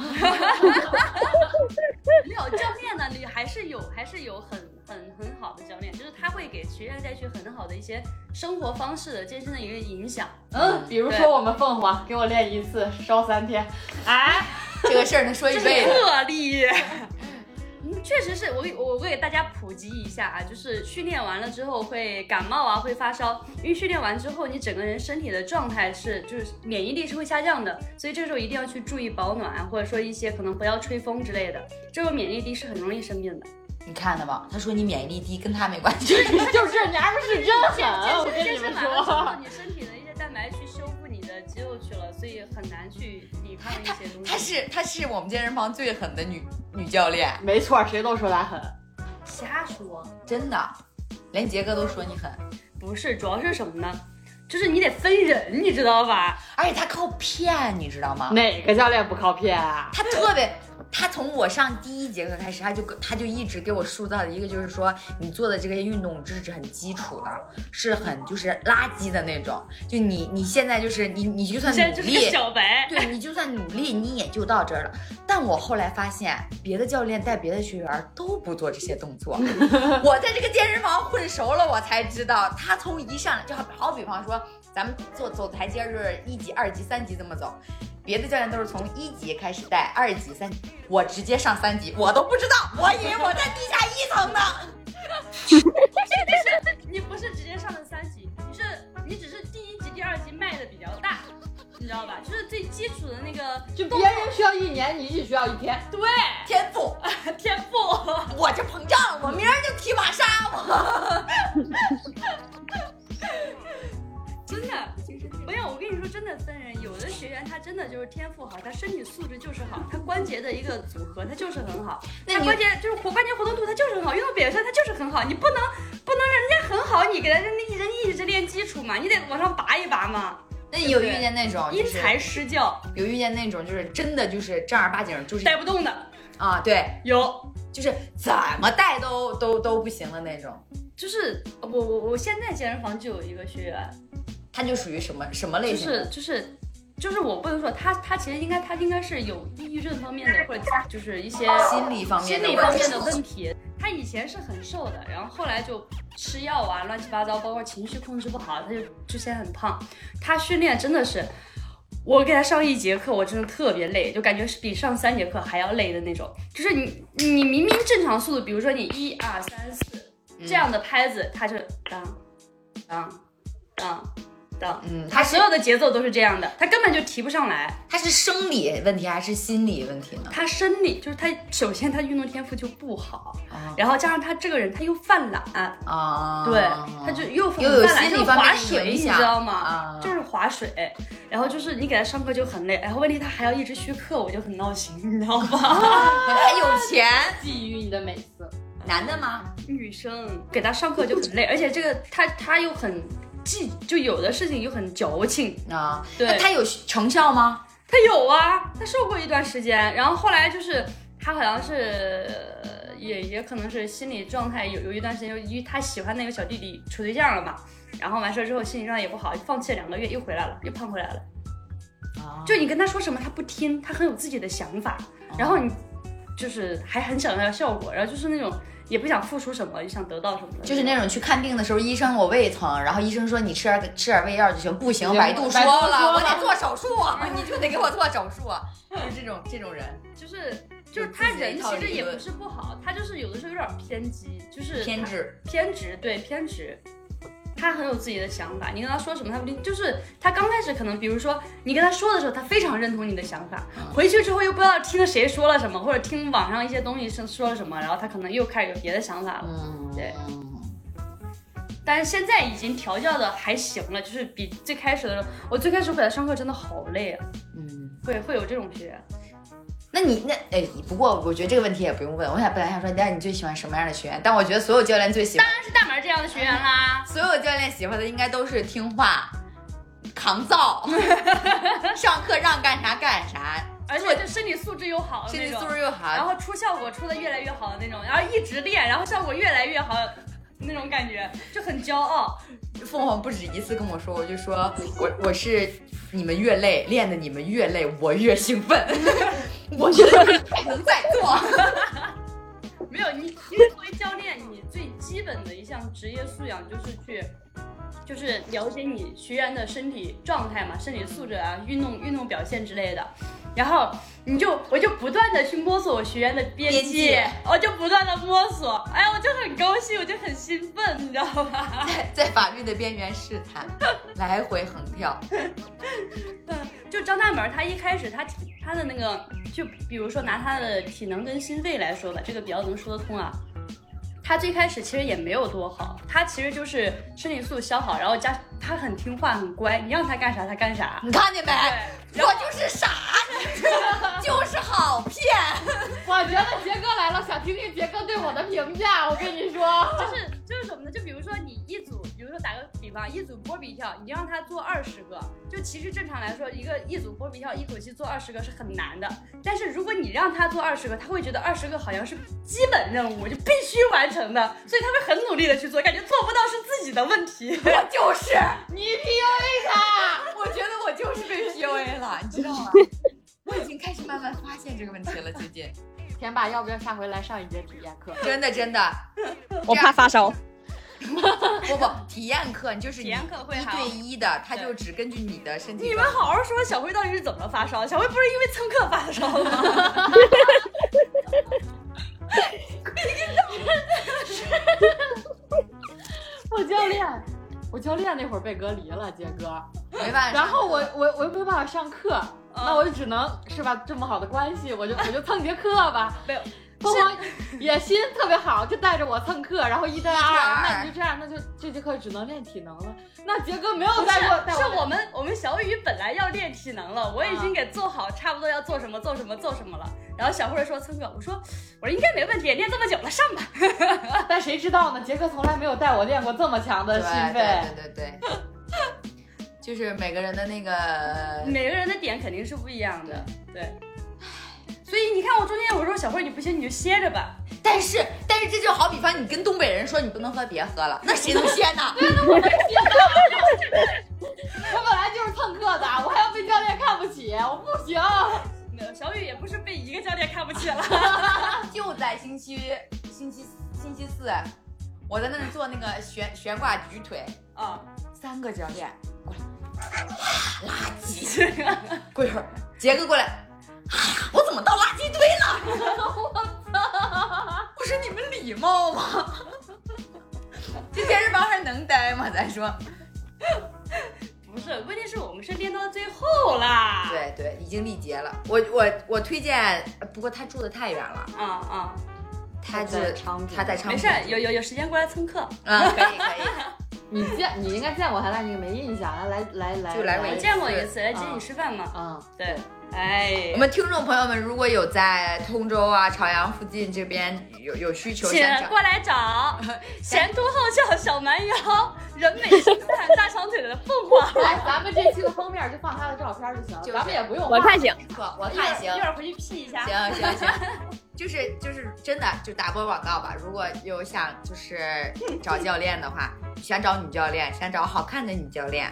Speaker 5: 没有教练呢，你还是有，还是有很很很好的教练，就是他会给学员带去很好的一些生活方式的健身的一个影响。
Speaker 1: 嗯，比如说我们凤凰给我练一次，烧三天，哎，
Speaker 2: 这个事儿能说一
Speaker 5: 这是
Speaker 2: 辈子。
Speaker 5: 特例。 嗯，确实是我给我我给大家普及一下啊，就是训练完了之后会感冒啊，会发烧，因为训练完之后你整个人身体的状态是就是免疫力是会下降的，所以这时候一定要去注意保暖，啊或者说一些可能不要吹风之类的，这时候免疫力是很容易生病的。
Speaker 2: 你看了吗？他说你免疫力低，跟他没关系。
Speaker 1: 就是这娘们儿是真
Speaker 5: 健
Speaker 1: 狠，我跟
Speaker 5: 健
Speaker 1: 你
Speaker 5: 身
Speaker 1: 们
Speaker 5: 完了之后，
Speaker 1: 说，
Speaker 5: 你身体的一些蛋白去修复你的肌肉去了，所以很难去抵抗一些东西。
Speaker 2: 她是她是我们健身房最狠的女女教练，
Speaker 1: 没错，谁都说他狠，
Speaker 5: 瞎说。
Speaker 2: 真的，连杰哥都说你狠，
Speaker 5: 不是，主要是什么呢？就是你得分人，你知道吧？
Speaker 2: 而且他靠骗，你知道吗？
Speaker 1: 哪个教练不靠骗啊？
Speaker 2: 他特别，他从我上第一节课开始，他就他就一直给我塑造的一个就是说，你做的这些运动知识很基础的，是很就是垃圾的那种，就你你现在就是你你就算
Speaker 5: 现在
Speaker 2: 努
Speaker 5: 就是个
Speaker 2: 力，
Speaker 5: 小白，
Speaker 2: 对你就算努力，你也就到这儿了。但我后来发现，啊别的教练带别的学员都不做这些动 作。我在这个健身房混熟了，我才知道，他从一上来就好好比方说，咱们做走台阶儿就是一级、二级、三级这么走，别的教练都是从一级开始带，二级、三级，我直接上三级，我都不知道，我以为我在地下一层呢。
Speaker 5: 你不是直接上的三级，你是你只是第一级、第二级迈的比较大，你知道吧？就是最基础的那个
Speaker 1: 就别人需要一年，你只需要一天。
Speaker 5: 对
Speaker 2: 天赋，
Speaker 5: 天赋。
Speaker 2: 我这膨胀了，我明儿就提马莎，我
Speaker 5: 真的没有，我跟你说，真的分人。有的学员他真的就是天赋好，他身体素质就是好，他关节的一个组合他就是很好，
Speaker 2: 那
Speaker 5: 他
Speaker 2: 你
Speaker 5: 关节就是活关节活动度他就是很好，运动表现他就是很好。你不能不能让人家很好，你给他人人一直练基础嘛，你得往上拔一拔嘛，
Speaker 2: 那你有遇见那种
Speaker 5: 因
Speaker 2: 啊就是嗯
Speaker 5: 材施教，
Speaker 2: 有遇见那种就是真的就是正儿八经儿就是
Speaker 5: 带不动的
Speaker 2: 啊，对，
Speaker 5: 有。
Speaker 2: 就是怎么带都都都不行的那种，
Speaker 5: 就是我我我现在健身房就有一个学员，
Speaker 2: 他就属于什么什么类
Speaker 5: 就
Speaker 2: 型的？
Speaker 5: 是就是就是我不能说他他其实应该他应该是有抑郁症方面的或者就是一些
Speaker 2: 心理方面
Speaker 5: 心
Speaker 2: 的
Speaker 5: 理
Speaker 2: 问
Speaker 5: 方
Speaker 2: 题
Speaker 5: 面的问题。他以前是很瘦的，然后后来就吃药啊，乱七八糟，包括情绪控制不好，他就就现在很胖。他训练真的是，我给他上一节课，我真的特别累，就感觉是比上三节课还要累的那种。就是你你明明正常速度，比如说你一二三四这样的拍子，他就当当当当，
Speaker 2: 嗯，他
Speaker 5: 他
Speaker 2: 是
Speaker 5: 所有的节奏都是这样的，他根本就提不上来。
Speaker 2: 他是生理问题还是心理问题呢？
Speaker 5: 他生理就是他，首先他运动天赋就不好，
Speaker 2: 啊
Speaker 5: 然后加上他这个人他又犯懒，
Speaker 2: 啊，
Speaker 5: 哦对，他就又
Speaker 2: 又有
Speaker 5: 犯懒，
Speaker 2: 心理
Speaker 5: 就是
Speaker 2: 方面
Speaker 5: 划
Speaker 2: 的
Speaker 5: 水，
Speaker 2: 影
Speaker 5: 你知
Speaker 2: 响
Speaker 5: 道
Speaker 2: 啊
Speaker 5: 吗？就是划水，然后就是你给他上课就很累，然后问题他还要一直续课，我就很闹心，你知 道吗？
Speaker 2: 还有钱，
Speaker 1: 觊觎你的美色，
Speaker 2: 男的吗？
Speaker 5: 女生给他上课就很累，而且这个他他又很既就有的事情就很矫情，
Speaker 2: 啊，
Speaker 5: 对
Speaker 2: 那它有成效吗？
Speaker 5: 他有啊，他瘦过一段时间，然后后来就是他好像是呃也也可能是心理状态有有一段时间，由于他喜欢那个小弟弟处对象了嘛，然后完事儿之后心理状态也不好，放弃了两个月又回来了，又胖回来了。
Speaker 2: 啊
Speaker 5: 就你跟他说什么他不听，他很有自己的想法，
Speaker 2: 哦
Speaker 5: 然后你就是还很想要效果，然后就是那种也不想付出什么，就想得到什么的，
Speaker 2: 就是那种去看病的时候，医生我胃疼，然后医生说你吃点吃点胃药就行，不行，
Speaker 1: 行
Speaker 2: 百度说
Speaker 1: 百度说了
Speaker 2: 了，我得做手术，啊 你就得给我做手术，啊就是这种这种人
Speaker 5: 就是就
Speaker 2: 有
Speaker 5: 是
Speaker 2: 自
Speaker 5: 他
Speaker 2: 己的
Speaker 5: 人
Speaker 2: 一套
Speaker 5: 其实
Speaker 2: 理
Speaker 5: 也
Speaker 2: 论
Speaker 5: 不是不好，他就是有的时候有点偏激，就是
Speaker 2: 偏
Speaker 5: 他
Speaker 2: 执，
Speaker 5: 偏执，对偏执。他很有自己的想法，你跟他说什么，他不听。就是他刚开始可能，比如说你跟他说的时候，他非常认同你的想法，回去之后又不知道听谁说了什么，或者听网上一些东西是说了什么，然后他可能又开始有别的想法了。
Speaker 2: 嗯，
Speaker 5: 对但是现在已经调教的还行了，就是比最开始的时候，我最开始给他上课真的好累啊，
Speaker 2: 嗯。
Speaker 5: 会会有这种学员。
Speaker 2: 那你那哎，不过我觉得这个问题也不用问。我想本来想说，那你最喜欢什么样的学员？但我觉得所有教练最喜欢，
Speaker 5: 当然是大门这样的学员啦，
Speaker 2: 所有教练喜欢的应该都是听话、抗造、 上课让干啥干啥，
Speaker 5: 而且就身嗯体素质又好的
Speaker 2: 身
Speaker 5: 那
Speaker 2: 体
Speaker 5: 种，
Speaker 2: 素质又
Speaker 5: 然
Speaker 2: 好，
Speaker 5: 后出效果出的越来越好的那种，然后一直练，然后效果越来越好，那种感觉就很骄傲。
Speaker 2: 凤凰不止一次跟我说，我就说我我是你们越累，练的你们越累，我越兴奋。 我觉得你还能再做。
Speaker 5: 没有你，因为作为教练，你最基本的一项职业素养就是去。就是了解你学员的身体状态嘛，身体素质啊，运动运动表现之类的，然后你就我就不断的去摸索我学员的边
Speaker 2: 边界
Speaker 5: 我就不断的摸索，哎，我就很高兴，我就很兴奋，你知道吧？
Speaker 2: 在法律的边缘试探，来回横跳。
Speaker 5: 就张大门，他一开始他体他的那个，就比如说拿他的体能跟心肺来说吧，这个比较能说得通啊。他最开始其实也没有多好，他其实就是身体素消好，然后加他很听话很乖，你让他干啥他干啥。
Speaker 2: 你看见没？
Speaker 5: 对，
Speaker 2: 我就是傻， 就是好骗。
Speaker 1: 我觉得杰哥来了，想听听杰哥对我的评价。我跟你说，
Speaker 5: 就是就是什么呢？就比如说你一组，比如说打个比方，一组波比跳，你让他做二十个，就其实正常来说，一个一组波比跳一口气做二十个是很难的。但是如果你让他做二十个，他会觉得二十个好像是基本任务，就必须完成的，所以他会很努力的去做，感觉做不到是自己的问题。
Speaker 2: 我就是，
Speaker 1: 你 PUA 他。
Speaker 2: 我觉得我就是被 PUA 了，你知道 吗？我已经开始慢慢发现这个问题了，最近
Speaker 1: 田爸，要不要下回来上一节体验课？
Speaker 2: 真的真的，
Speaker 4: 我怕发烧。
Speaker 2: 不不，体验课就是
Speaker 5: 体
Speaker 2: 你
Speaker 5: 验课会
Speaker 2: 一
Speaker 5: 好
Speaker 2: 对一的，他就只根据你的身体
Speaker 5: 你们好好说，小辉到底是怎么发烧？小辉不是因为蹭课发烧吗？
Speaker 1: 我教练，我教练那会儿被隔离了，杰哥。
Speaker 2: 没办法。
Speaker 1: 然后我我我又没办法上课，
Speaker 5: 嗯
Speaker 1: 那我就只能是吧？这么好的关系，我就我就蹭节课吧。
Speaker 5: 没有，
Speaker 1: 凤凰野心特别好，就带着我蹭课，然后一带二，
Speaker 2: 二
Speaker 1: 那你就这样，那就这节课只能练体能了。那杰哥没有
Speaker 5: 不是
Speaker 1: 带过，带
Speaker 5: 是
Speaker 1: 我啊
Speaker 5: 我们我们小雨本来要练体能了，我已经给做好，差不多要做什么做什么做什么了。然后小慧说蹭课，我说我说应该没问题，练这么久了，上吧。
Speaker 1: 但谁知道呢？杰哥从来没有带我练过这么强的
Speaker 2: 对
Speaker 1: 心
Speaker 2: 对
Speaker 1: 肺。
Speaker 2: 对对对，就是每个人的那个，
Speaker 5: 每个人的点肯定是不一样的，对。所以你看，我中间我说小慧你不行你就歇着吧，
Speaker 2: 但是但是这就好比方，你跟东北人说你不能喝，别喝了，那谁能歇 呢？
Speaker 1: 我本来就是蹭课的，我还要被教练看不起，我不行。
Speaker 5: 没有小雨也不是被一个教练看不起了，
Speaker 2: 就在星期星期星期四，我在那儿做那个悬悬挂举腿，
Speaker 5: 啊，
Speaker 2: 三个教练过来， 垃圾， 过一会儿杰哥过来，哎呀， 我怎么到垃圾堆了？ 我说你们礼貌吗？ 这健身房还能待吗？咱说，
Speaker 5: 不是，问题是我们是练到最后啦，
Speaker 2: 对对，已经力竭了。我我我推荐，不过他住的太远了，
Speaker 5: 啊啊，
Speaker 2: 他就
Speaker 1: 在昌平
Speaker 2: 他在昌
Speaker 5: 没
Speaker 2: 平，
Speaker 5: 事，有有有时间过来蹭课，
Speaker 2: 嗯， 可以可以，
Speaker 1: 你见你应该见过他，但是你没印象。来来来来，啊
Speaker 2: 就来我
Speaker 5: 我
Speaker 2: 一
Speaker 5: 见过一次来接你吃饭嘛，
Speaker 1: 嗯，
Speaker 5: 对，哎
Speaker 2: 我，们听众朋友们，如果有在通州啊、朝阳附近这边有有需求，
Speaker 5: 请
Speaker 2: 想找
Speaker 5: 过来 找前凸后翘小蛮腰、人美心善大长腿的 凤凰。
Speaker 1: 来，咱们这期的封面就放他的照片就行了，
Speaker 2: 就是
Speaker 1: 咱们也不用
Speaker 4: 我
Speaker 1: 画。
Speaker 4: 看行，
Speaker 2: 我我看行
Speaker 5: 一会儿回去 P 一下。
Speaker 2: 行行行， 就是就是真的就打波广告吧。如果有想就是找教练的话，想找女教练，想找好看的女教练，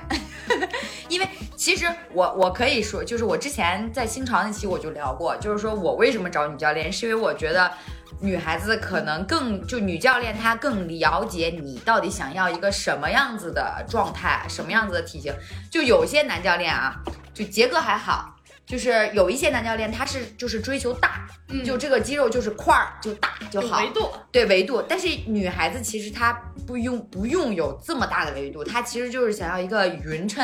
Speaker 2: 因为其实我我可以说，就是我之前在新潮那期我就聊过，就是说我为什么找女教练，是因为我觉得。女孩子可能更就女教练，她更了解你到底想要一个什么样子的状态，什么样子的体型。就有些男教练啊，就杰哥还好，就是有一些男教练他是就是追求大，就这个肌肉就是块儿就大就好，
Speaker 5: 维度，
Speaker 2: 对维度。但是女孩子其实她不用不用有这么大的维度，她其实就是想要一个匀称，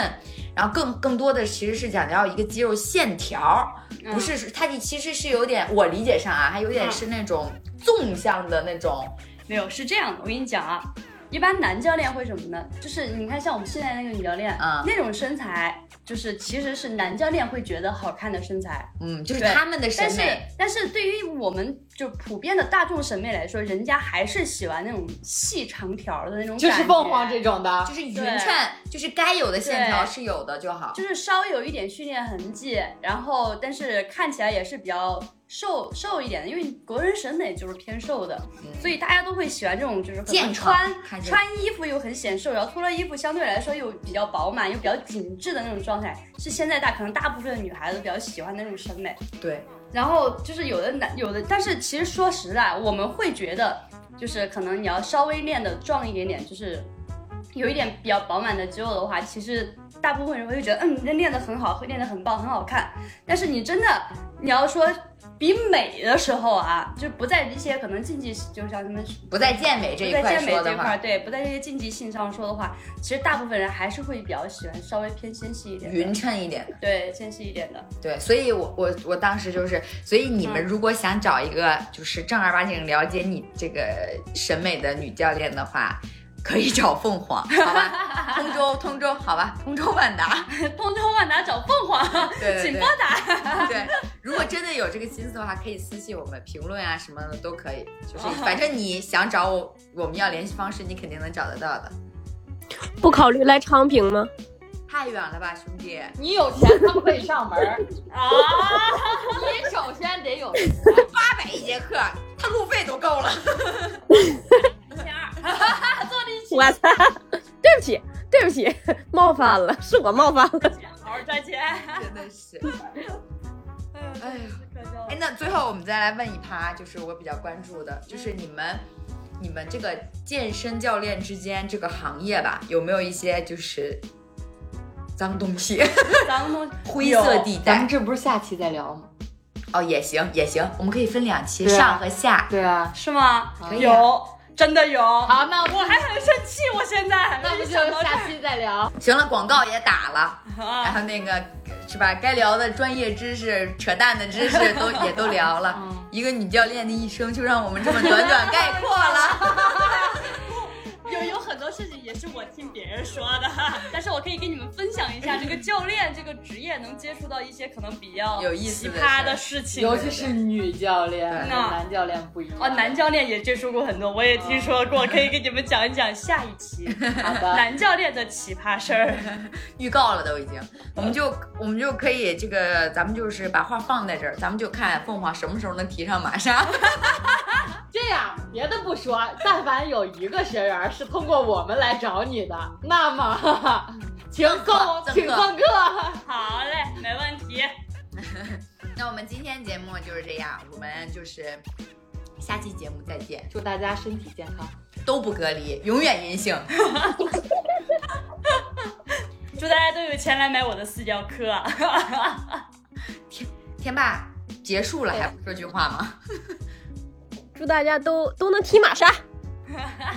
Speaker 2: 然后更更多的其实是想要一个肌肉线条，
Speaker 5: 嗯
Speaker 2: 不是说它其实是有点我理解上啊，它有点是那种纵向的那种，
Speaker 5: 没有，是这样的，我跟你讲啊，一般男教练会什么呢？就是你看，像我们现在那个女教练，
Speaker 2: 嗯
Speaker 5: 那种身材，就是其实是男教练会觉得好看的身材，
Speaker 2: 嗯，就是
Speaker 5: 对
Speaker 2: 他们的审
Speaker 5: 但是
Speaker 2: 美。
Speaker 5: 但是对于我们就普遍的大众审美来说，人家还是喜欢那种细长条的那种感觉，
Speaker 1: 就是凤凰这种的，
Speaker 2: 就是匀
Speaker 5: 对
Speaker 2: 称，就是该有的线
Speaker 5: 对
Speaker 2: 条是有的就好。
Speaker 5: 就是稍有一点训练痕迹，然后但是看起来也是比较瘦瘦一点的，因为国人审美就是偏瘦的，所以大家都会喜欢这种就是
Speaker 2: 嗯
Speaker 5: 可
Speaker 2: 健
Speaker 5: 能
Speaker 2: 康
Speaker 5: 穿
Speaker 2: 看起来
Speaker 5: 穿衣服又很显瘦，然后脱了衣服相对来说又比较饱满又比较紧致的那种状态，是现在大可能大部分女孩子比较喜欢的那种审美。
Speaker 2: 对，
Speaker 5: 然后就是有的男有的，但是其实说实在，我们会觉得就是可能你要稍微练的壮一点点，就是有一点比较饱满的肌肉的话，其实大部分人会觉得，嗯，你练得很好，会练得很棒，很好看。但是你真的你要说比美的时候啊，就不在一些可能竞技，就像什么
Speaker 2: 不在健美这一
Speaker 5: 不在
Speaker 2: 块
Speaker 5: 健美
Speaker 2: 说
Speaker 5: 这
Speaker 2: 的
Speaker 5: 一
Speaker 2: 话
Speaker 5: 块，，对，不在这些竞技性上说的话，其实大部分人还是会比较喜欢稍微偏纤细一点的，
Speaker 2: 匀称一点。
Speaker 5: 对，纤细一点的。
Speaker 2: 对，所以我我我当时就是，所以你
Speaker 5: 嗯
Speaker 2: 们如果想找一个就是正儿八经了解你这个审美的女教练的话，可以找凤凰，好吧？通州，通州，好吧？通州万达，
Speaker 5: 通州万达找凤凰，
Speaker 2: 对对
Speaker 5: 请
Speaker 2: 对
Speaker 5: 拨打。
Speaker 2: 对。如果真的有这个心思的话，可以私信我们评论啊什么的都可以，就是
Speaker 5: 哦
Speaker 2: 反正你想找我，我们要联系方式，你肯定能找得到的。
Speaker 4: 不考虑来昌平吗？
Speaker 2: 太远了吧，兄弟？
Speaker 1: 你有钱他们可以上门 儿啊！你首先得有钱，
Speaker 2: 八百一节课，他路费都够了。
Speaker 4: 我操！ 对不起，对不起， 冒犯了，是我冒犯了。
Speaker 5: 好好赚钱。
Speaker 2: 真的 是。
Speaker 5: 哎
Speaker 2: 呦，
Speaker 5: 可笑
Speaker 2: 哎，那最后我们再来问一趴，就是我比较关注的，就是你们、你们这个健身教练之间这个行业吧，有没有一些就是脏东西、
Speaker 5: 咱们都
Speaker 2: 灰色地
Speaker 1: 咱
Speaker 2: 带？
Speaker 1: 们这不是下期再聊吗？
Speaker 2: 哦，也行，也行，我们可以分两期，
Speaker 1: 对啊
Speaker 2: 上和下。
Speaker 1: 对啊。
Speaker 5: 是吗？
Speaker 2: 可以啊
Speaker 5: 有，真的有。好，
Speaker 1: 好，那我
Speaker 5: 我还很生气，我现在。
Speaker 1: 那我们
Speaker 5: 一
Speaker 1: 就
Speaker 5: 想到这
Speaker 1: 下期再聊。
Speaker 2: 行了，广告也打了，
Speaker 5: 儿
Speaker 2: 然
Speaker 5: 啊，
Speaker 2: 后那个是吧？该聊的专业知识、扯淡的知识 都也都聊了。
Speaker 5: 嗯
Speaker 2: 一个女教练的一生就让我们这么短短概括了。
Speaker 5: 有有很多事情也是我听别人说的，但是我可以跟你们分享一下，这个教练这个职业能接触到一些可能比较
Speaker 2: 有意思
Speaker 5: 嗯奇
Speaker 2: 的
Speaker 5: 葩
Speaker 2: 事
Speaker 5: 的事情，
Speaker 1: 尤其是女教练，
Speaker 2: 对
Speaker 5: 那
Speaker 1: 男教练不一样。
Speaker 5: 哦，男教练也接触过很多，我也听说过，可以给你们讲一讲下一期
Speaker 1: 好的，
Speaker 5: 男教练的奇葩事儿。
Speaker 2: 预告了都已经，我们就我们就可以这个，咱们就是把话放在这儿，咱们就看凤凰什么时候能提上马莎。
Speaker 1: 这样别的不说，但凡有一个学员是通过我们来找你的，那么 哈哈请购
Speaker 2: 赠课
Speaker 1: 请上课。
Speaker 5: 好嘞，没问题。
Speaker 2: 那我们今天节目就是这样，我们就是下期节目再见，
Speaker 1: 祝大家身体健康。
Speaker 2: 都不隔离，永远阴性。
Speaker 5: 祝大家都有钱来买我的私教课。啊
Speaker 2: 天霸结束了还不说句话吗？
Speaker 4: 祝大家都都能踢玛莎，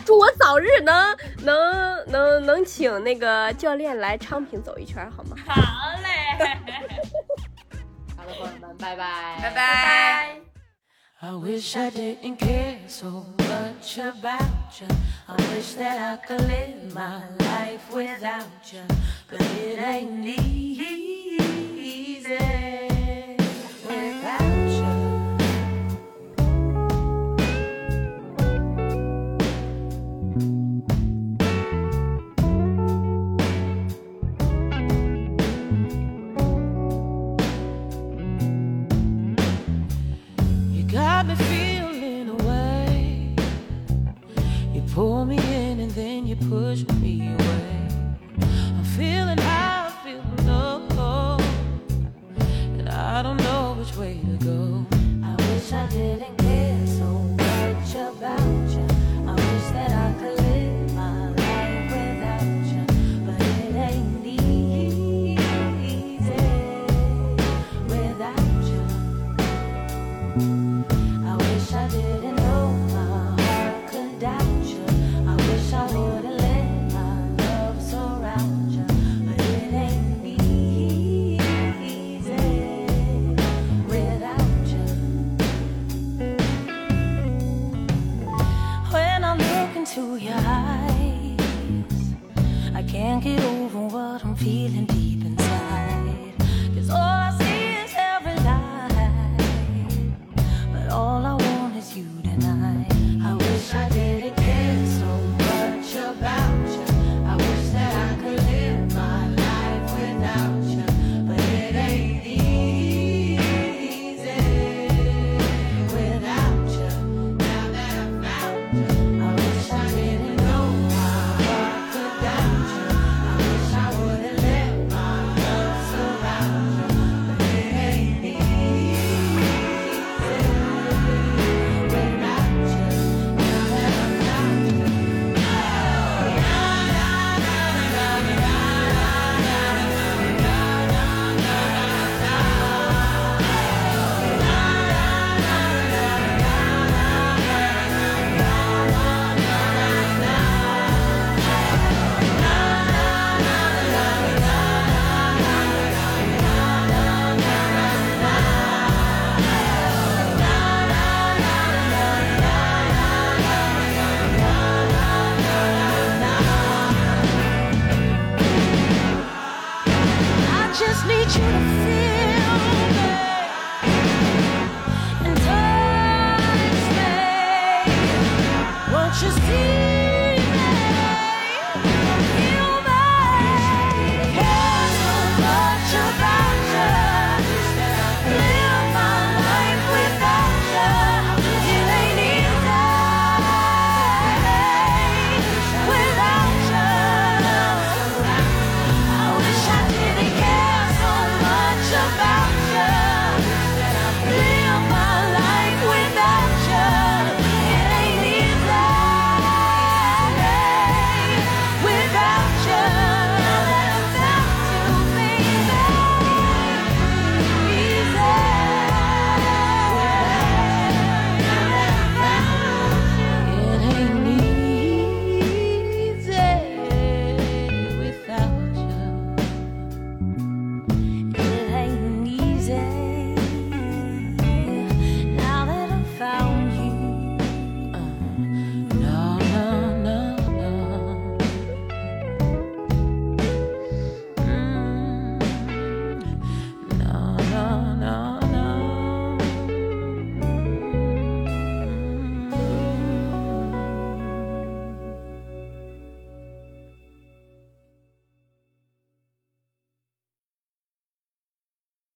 Speaker 4: 祝我早日能能能能请那个教练来昌平走一圈，好吗？
Speaker 5: 好嘞，
Speaker 1: 好的，朋友们，拜拜，
Speaker 2: 拜。拜。。
Speaker 6: I wish I didn't care so much about you. I wish that I could live my life without you. But it ain't easy. pull me in and then you push me away. I'm feeling high, I feel low, and I don't know which way to go. I wish I didn't care so much about you. I wish that I could live my life without you, but it ain't easy without you. I wish I didn't know my heart could doubt you. I wish I wouldn't let my love surround you. But it ain't easy without you. When I look into your eyes, I can't get over what I'm feeling deep. uh,